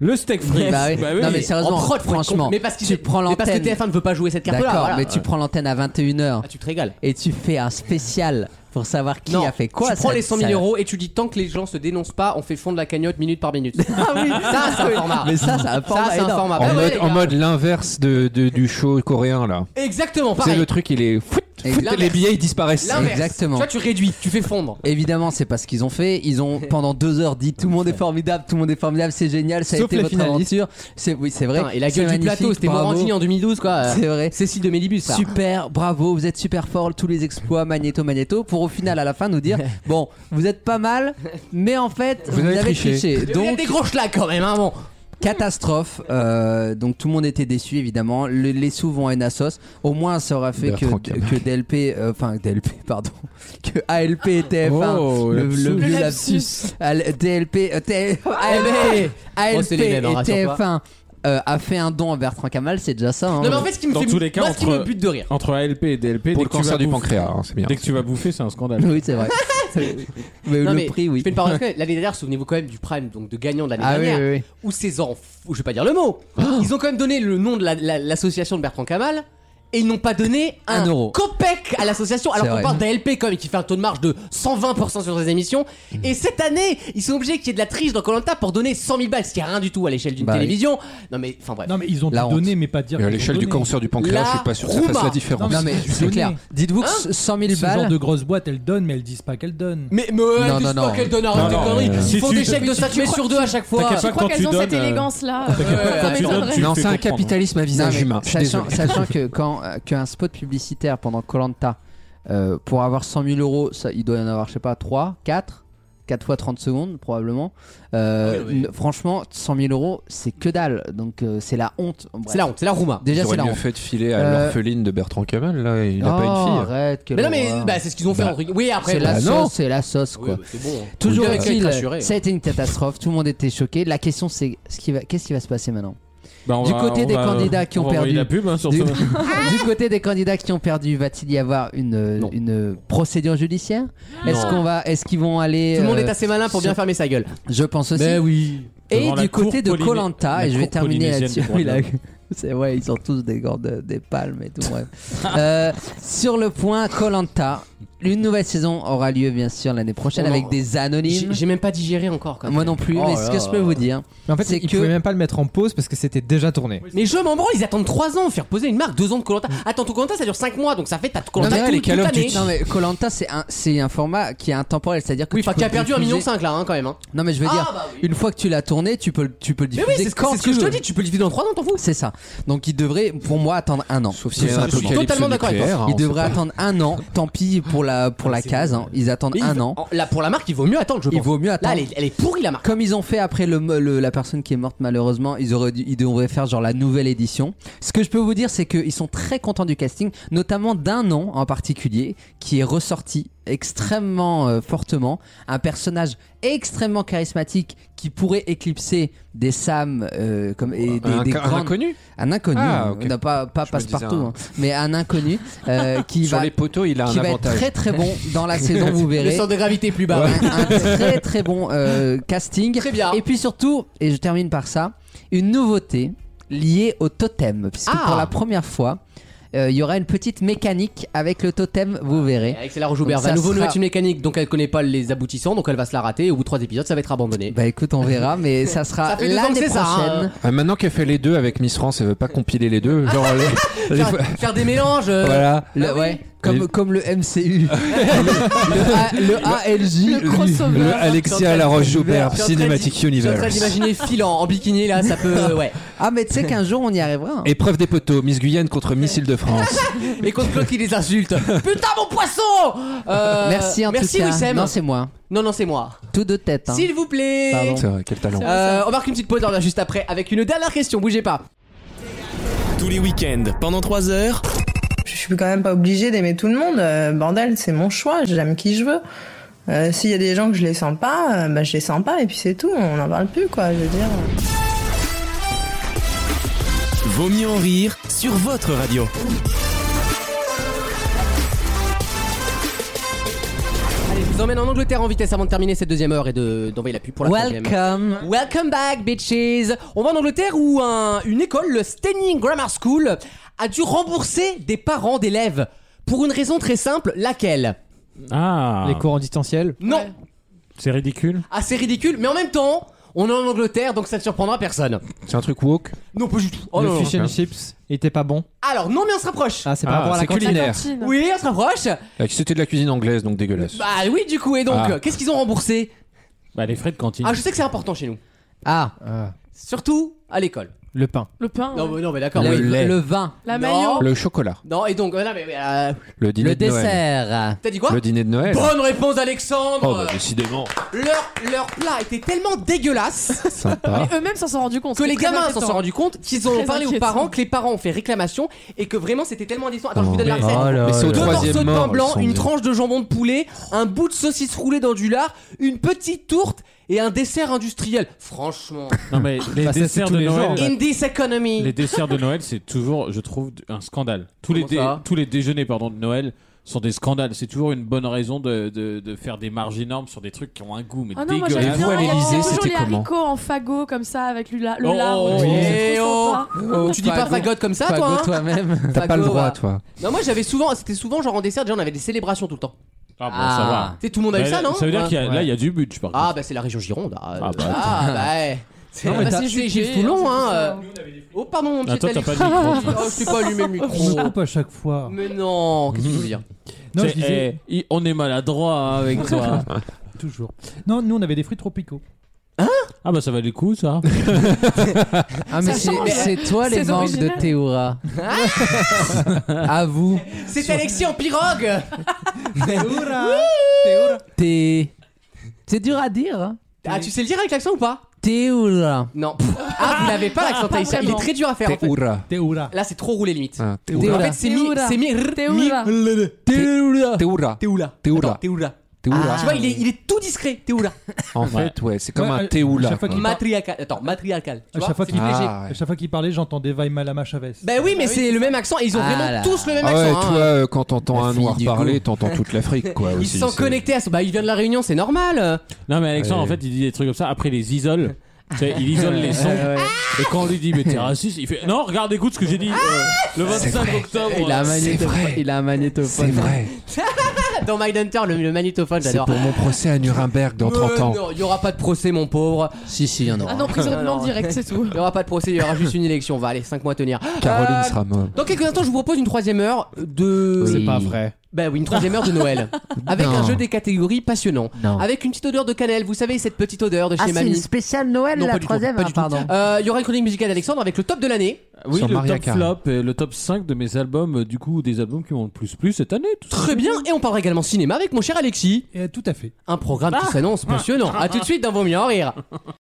le steak frit.
Bah oui. Non, mais
En
sérieusement,
prod, faut être
franchement.
compl- mais parce, qu'il-
tu prends
mais parce que
l'antenne.
TF1 ne veut pas jouer cette carte-là.
D'accord,
voilà.
mais tu prends l'antenne à 21h
Ah, tu te régales.
et tu fais un spécial pour savoir qui
Non,
a fait quoi.
Tu prends
ça-
les 100 000
ça-
euros et tu dis tant que les gens se dénoncent pas, on fait fond de la cagnotte minute par minute. ah oui, ça c'est un format.
Mais ça, c'est un format
Ça c'est un
énorme.
format.
En
Bah ouais,
mode,
les
en
gars.
mode l'inverse de, de- du show coréen là.
Exactement,
C'est
pareil.
le truc, il est. fout,
Et
fout,
l'inverse.
les billets ils disparaissent.
L'inverse.
Exactement.
Tu vois, tu réduis, tu fais fondre.
Évidemment, c'est pas ce qu'ils ont fait. Ils ont pendant deux heures dit tout le monde est formidable, tout le monde est formidable, c'est génial, ça a
Sauf
été
les
votre
finalistes.
aventure. C'est oui, c'est vrai.
Putain, et la
c'est
gueule du
magnifique,
plateau, c'était
bravo.
Morandini en 2012 quoi. Euh,
C'est vrai.
Cécile de Mélibus. ça.
Super, bravo, vous êtes super fort, tous les exploits, magnéto, magnéto, pour au final à la fin nous dire bon, vous êtes pas mal, mais en fait vous,
avez
avez
triché.
triché.
Il y a
Donc
des gros schlags quand même, hein, bon.
catastrophe. euh, donc tout le monde était déçu évidemment. Le- les sous vont à Nassos. Au moins ça aura fait
Bah,
que,
tranquille.
que DLP, euh, enfin DLP, pardon, que ALP et TF1,
Oh,
le,
lapsus.
le
Le
vieux
lapsus.
lapsus, Al- DLP, euh, T-
mais-
ALP,
Oh,
ALP
c'est les
et
mêmes, hein, rassure-toi.
TF1 euh, a fait un don à Bertrand Kamal, c'est déjà ça. hein.
Non mais en fait ce qui me
Dans
fait
tous les cas,
moi, ce qui
entre-
me bute de rire.
Entre ALP et DLP, dès
Pour
que
le
tu
cancer
vas
du
bouffer-
pancréas, hein, c'est bien.
Dès que tu vas bouffer, c'est un scandale.
Oui, c'est vrai. mais
Non,
le
mais
prix, oui.
Je fais une parenthèse. L'année dernière, souvenez-vous quand même du prime donc de gagnant de l'année
Ah oui,
dernière.
oui, oui.
Ou ces enfants, je vais pas dire le mot, ils ont quand même donné le nom de la- la- l'association de Bertrand Kamal. et ils n'ont pas donné un,
Un euro.
copec à l'association. Alors
C'est
qu'on
vrai.
parle d'ALP comme qui fait un taux de marge de 120% sur ses émissions. Et cette année, ils sont obligés qu'il y ait de la triche dans Colanta pour donner 100 000 balles, ce qui est rien du tout à l'échelle d'une
Bah oui.
télévision. Non mais enfin bref.
Non mais ils ont
La
tout donné, mais pas dire.
Et à
qu'ils ont
l'échelle du
donné.
cancer du pancréas, je suis pas sûr que ça fasse la différence.
Non, mais c'est clair. Dites-vous
Hein
que 100 000
Ce
balles-
genre de grosses boîtes, elles donnent, mais elles disent pas qu'elles donnent.
Mais, mais elles Non, disent non, pas non. qu'elles donnent, arrête tes conneries.
euh,
Ils font des chèques de statuer sur deux à chaque fois.
T'inquiète
Tu
pas,
crois
quand
qu'elles
tu
ont
donnes,
cette
euh,
élégance, là
t'inquiète pas,
Euh,
quand
ça
tu donnes,
m'étonnerait.
tu
Non,
fais
c'est un
comprendre.
capitalisme à visage
Non, mais
humain.
je suis
Sachant,
désolé.
sachant que quand euh, qu'un spot publicitaire pendant Colanta euh, pour avoir 100 000 euros, ça, il doit y en avoir, je sais pas, 3, 4, 4 fois 30 secondes probablement. Euh, n- Franchement, 100 000 euros, c'est que dalle. Donc euh, c'est la honte. Bref.
C'est la honte, c'est la rouma.
Déjà, c'est
J'aurais
la
mieux
honte.
fait de filer à
Euh,
l'orpheline de Bertrand Kamel, là. Il n'a
Oh,
pas une fille.
arrête, que
Mais non, mais
l'horreur.
bah, c'est ce qu'ils ont fait
Bah,
en Oui, après,
hein. C'est la
bah,
sauce,
non.
c'est la sauce quoi.
Oui, bah, c'est bon, hein.
Toujours
Oui, avec
est-il,
être rassuré.
ça a été une catastrophe. Tout le monde était choqué. La question c'est ce qui va, qu'est-ce qui va se passer maintenant
Bah, on
Du
va-
côté
on
des
va-
candidats qui
on
ont
va envoyer
perdu.
la pub, hein,
du,
surtout.
du côté des candidats qui ont perdu, va-t-il y avoir une, une procédure judiciaire Est-ce
Non.
qu'on va, est-ce qu'ils vont aller
Tout le monde
euh,
est assez malin pour bien
sur-
fermer sa gueule.
Je pense aussi.
Mais oui.
bah, Et
Devant la
du côté de
cour polyné-
Colanta,
la
et je vais
cour
terminer
polynésienne
là-dessus.
des droits
Oui,
de
la-
l'homme.
C'est ouais, ils ont tous des gourdes, des palmes et tout. bref. Euh, sur le point Colanta, une nouvelle saison aura lieu bien sûr l'année prochaine
Oh non.
avec des anonymes.
J'ai même pas Oh digéré encore. quand
Moi
même.
non plus, mais ce que je peux vous dire,
Mais en fait,
c'est
ils
que
pouvaient même pas le mettre en pause parce que c'était déjà tourné.
Mais je m'en branle, ils attendent 3 ans, faire poser une marque, 2 ans de Colanta. Attends, tout Colanta ça dure 5 mois, donc ça fait t'as Colanta tout, toute l'année.
Non mais Colanta c'est un c'est un format qui est intemporel, c'est-à-dire que
Oui,
tu
enfin,
peux
qui a
le
perdu 1,5
diffuser-
million là, hein, quand même. hein.
Non mais je veux
Ah,
dire,
bah
une fois que tu l'as tourné, tu peux le- tu peux le
Mais
diffuser
oui, c'est ce que-
quand
c'est ce que
tu
je te
veux.
dis, tu peux le diffuser dans 3 ans, t'en fous.
C'est ça. Donc il devrait, pour moi, attendre un an. Sauf
s'il y a un apocalypse Totalement d'accord avec toi. nucléaire, hein,
Il
on sait
devrait
pas. Ah,
attendre un an. Tant pis pour la pour la case. hein. Ils attendent
Mais il
un
va-
an.
en- Là, pour la marque, il vaut mieux attendre, je pense.
Il vaut mieux attendre.
Là, elle est, elle est pourrie, la marque.
Comme ils ont fait après le, le- la personne qui est morte malheureusement, ils auraient dû- ils devraient faire genre la nouvelle édition. Ce que je peux vous dire, c'est qu'ils sont très contents du casting, notamment d'un nom en particulier qui est ressorti extrêmement euh, fortement, un personnage extrêmement charismatique qui pourrait éclipser des Sam euh, comme et des,
Un-
des
un
grandes-
inconnu
un inconnu,
Ah, ok.
on n'a pas pas
Je me
passe partout,
disais un-
mais un inconnu euh, qui
Sur
va
les poteaux, il a
qui
un
va
avantage.
être très très bon dans la saison, vous verrez.
Le centre de gravité est plus bas.
Bah, Un très très bon euh, casting.
Très bien.
Et puis surtout, et je termine par ça, une nouveauté liée au totem, puisque
Ah.
pour la première fois. euh, Il y aura une petite mécanique avec le totem, vous verrez.
Avec Céla Rojoubert
Donc
va à
ça
nouveau nous
sera-
mettre une mécanique, donc elle connaît pas les aboutissants, donc elle va se la rater. et Au bout de 3 épisodes, ça va être abandonné.
Bah écoute, on verra, mais ça sera
Ça fait deux ans que
l'année
c'est
prochaine.
ça, hein.
Ah, maintenant qu'elle fait les deux avec Miss France, elle veut pas compiler les deux. Genre, les- les-
Faire, faire des mélanges. euh,
Voilà.
Le-
Ah oui.
ouais, comme, comme le MCU. le, le A- le ALJ.
le Alexia Laroche Joubert,
Je suis en train
Cinematic
d'i- Je suis en train
Universe.
d'imaginer Phil en, en bikini là, ça peut. euh, Ouais.
Ah, mais tu sais qu'un jour on y arrivera. hein.
Épreuve des poteaux, Miss Guyane contre Miss Île-de-France.
Et contre Claude qui les insulte. Putain mon poisson Euh,
merci en
Merci
tout cas.
Wissem.
Non, c'est moi.
Non, non, c'est moi.
Tout de tête. hein.
S'il vous plaît.
Pardon.
C'est vrai, quel talent.
Euh, on marque une petite pause, on revient juste après avec une dernière question, bougez pas.
Tous les week-ends, pendant 3 heures,
Je suis quand même pas obligée d'aimer tout le monde. euh, bordel, c'est mon choix. J'aime qui je veux. Euh, S'il y a des gens que je les sens pas, euh, bah, je les sens pas et puis c'est tout. On n'en parle plus, quoi. Je veux dire.
Vaut mieux en rire sur votre radio.
Allez, je vous emmène en Angleterre en vitesse avant de terminer cette deuxième heure et de- d'envoyer la pub pour la troisième.
Welcome.
Welcome back, bitches! On va en Angleterre où un- une école, le Staining Grammar School, a dû rembourser des parents d'élèves pour une raison très simple, laquelle?
Ah,
Les cours en distanciel.
Non!
c'est ridicule.
Assez ridicule, mais en même temps, on est en Angleterre donc ça ne surprendra personne.
C'est un truc woke.
Non, pas du tout. Oh
le
non, non.
fish and chips il était pas bon.
Alors, non, mais on se rapproche!
Ah, c'est
Ah,
pas bon à
c'est
la cantine.
culinaire.
Oui, on se rapproche!
Ah, C'était de la cuisine anglaise, donc dégueulasse.
Bah oui, du coup, et donc,
Ah.
qu'est-ce qu'ils ont remboursé?
Bah, les frais de cantine.
Ah, je sais que c'est important chez nous.
Ah,
Surtout à l'école.
Le pain.
Le pain.
Non,
ouais.
bah,
mais, non, mais d'accord.
le,
oui.
lait.
le vin.
La
Non.
maillot.
Le chocolat.
Non, et donc, voilà, mais, mais, euh,
Le dîner
le
de Noël.
dessert.
t'as dit quoi
Le dîner de Noël.
Bonne réponse, Alexandre
Oh, bah, décidément.
leur, leur plat était tellement dégueulasse
Sympa.
Mais eux-mêmes s'en sont rendus compte.
que
c'est
les
très
gamins s'en
inquiétant.
sont rendus compte, qu'ils
Très
ont parlé aux
inquiétant.
parents, que les parents ont fait réclamation et que vraiment c'était tellement indécent. Attends, je vous donne la
Mais-
recette.
oh là Mais
Euh,
c'est au
Deux
là.
morceaux de
troisième
pain
mort,
blanc,
ils sont
une
bien.
tranche de jambon de poulet, un bout de saucisse roulée dans du lard, une petite tourte et un dessert industriel. Franchement,
Non, mais les
Bah, ça, c'est
desserts
tous
de
les jours,
Noël.
en fait.
in this economy.
Les desserts de Noël, c'est toujours, je trouve, un scandale. Tous les,
Comment ça
dé- tous les déjeuners pardon, de Noël, sont des scandales. C'est toujours une bonne raison de, de- de faire des marges énormes sur des trucs qui ont un goût, mais
Ah non, moi
dégueulasse.
j'aime bien. Il y a toujours les haricots en fagot comme ça avec le, la- le
Oh,
lard.
oh,
Je trouve
Eh
ça
oh,
sympa.
oh, Tu dis pas fagotte comme ça, toi
Fagot
hein
toi-même.
T'as pas le
Fagot,
droit,
ouais.
toi.
Non, moi j'avais souvent, c'était souvent genre en dessert, déjà on avait des célébrations tout le temps.
Ah bon,
Ah.
ça va.
Tu sais, tout le monde a eu
Mais
ça, non
Ça veut dire
Ouais.
qu'il y a- là, il y a du but, je parle.
Ah bah c'est la région Gironde. Ah,
Ah, bah,
ah, bah ouais. C'est
Non, mais
bah,
t'as-
c'est
c'est
Gilles
juqué,
Foulon,
hein,
hein.
c'est
euh. Oh pardon, mon petit
Attends, t'as
Alex.
pas le micro,
Oh, je t'ai pas allumé le micro.
Je me coupe à chaque fois.
Mais non, qu'est-ce que tu veux dire
Non,
C'est-
je disais-
eh, i- on est maladroit hein, avec toi.
Toujours. Non, nous on avait des fruits tropicaux.
ah bah ça va les coups, ça.
Ah, mais
Ça
c'est-
change.
c'est toi les
C'est
manques
original.
de Théoura. à vous.
Ah C'est Alexis en pirogue
T'es. C'est dur à dire. hein.
Ah, tu sais le dire avec l'accent ou pas
Théoura.
Non. Ah, vous l'avez pas l'accent
pas
tahitien. Il est
vraiment.
très dur à faire en fait.
Théoura.
Théoura.
Là, c'est trop roulé limite.
Ah,
En fait, c'est mi. C'est mi.
Théoura.
Théoura.
Théoura.
Théoura. Théoura. Théoura.
Théoura.
Tu Ah, vois, il est, il est tout discret, Théoura.
Ah.
En fait, ouais, c'est comme
Ouais,
un Ah,
à-
théoula.
chaque fois qu'il parle-
Matriarcal. Attends, matriarcal. Tu
À
vois,
chaque fois
c'est
qu'il
léger.
à chaque fois qu'il parlait, j'entendais Vaïmalama Chavez.
Ben oui, mais c'est le même accent. et Ils ont
Ah
vraiment
là.
tous le même
Ah ouais,
accent. hein.
toi, euh, quand t'entends
La
un
fille
noir
du
parler,
goût.
t'entends toute l'afrique, quoi.
Ils
aussi,
sont
c'est- Oh,
connectés à ce. Bah, il vient de la Réunion, c'est normal.
Non mais Alexandre
Ouais.
en fait il dit des trucs comme ça, après il les isole. Tu sais, il isole les sons.
Ouais, ouais.
Et quand on lui dit mais t'es raciste, il fait non regarde écoute ce que j'ai dit euh, le 25 octobre.
Il a un
euh,
magnétophone. Il a un magnétophone. C'est
vrai.
Dans Mindhunter, le, le magnétophone,
C'est
j'adore.
pour mon procès à Nuremberg dans
Mais
30 ans.
euh, Non, il y aura pas de procès, mon pauvre.
Si, si, il y en aura.
Ah non, emprisonnement direct, c'est tout.
Il y aura pas de procès, il y aura juste une élection. On va aller 5 mois à tenir.
Caroline
Euh,
sera mort.
Dans quelques instants, je vous propose une troisième heure de.
C'est pas vrai.
Bah oui, une troisième heure de Noël. Avec
Non.
un jeu des catégories passionnant.
Non.
Avec une petite odeur de cannelle, vous savez, cette petite odeur de
Ah,
chez
c'est une
Mamie.
spéciale Noël,
Non, pas
la
du tout,
troisième,
pas
ah,
du tout.
pardon.
Euh, Il y aura une chronique musicale d'Alexandre avec le top de l'année.
Oui
Sur
le
Maria
top
Carré.
flop, et le top 5 de mes albums, euh, du coup des albums qui m'ont le plus plu cette année. tout
Très bien, et on parlera également cinéma avec mon cher Alexis.
Et, euh, tout à fait.
Un programme qui s'annonce passionnant. A tout de suite dans Vos Mieux en Rire.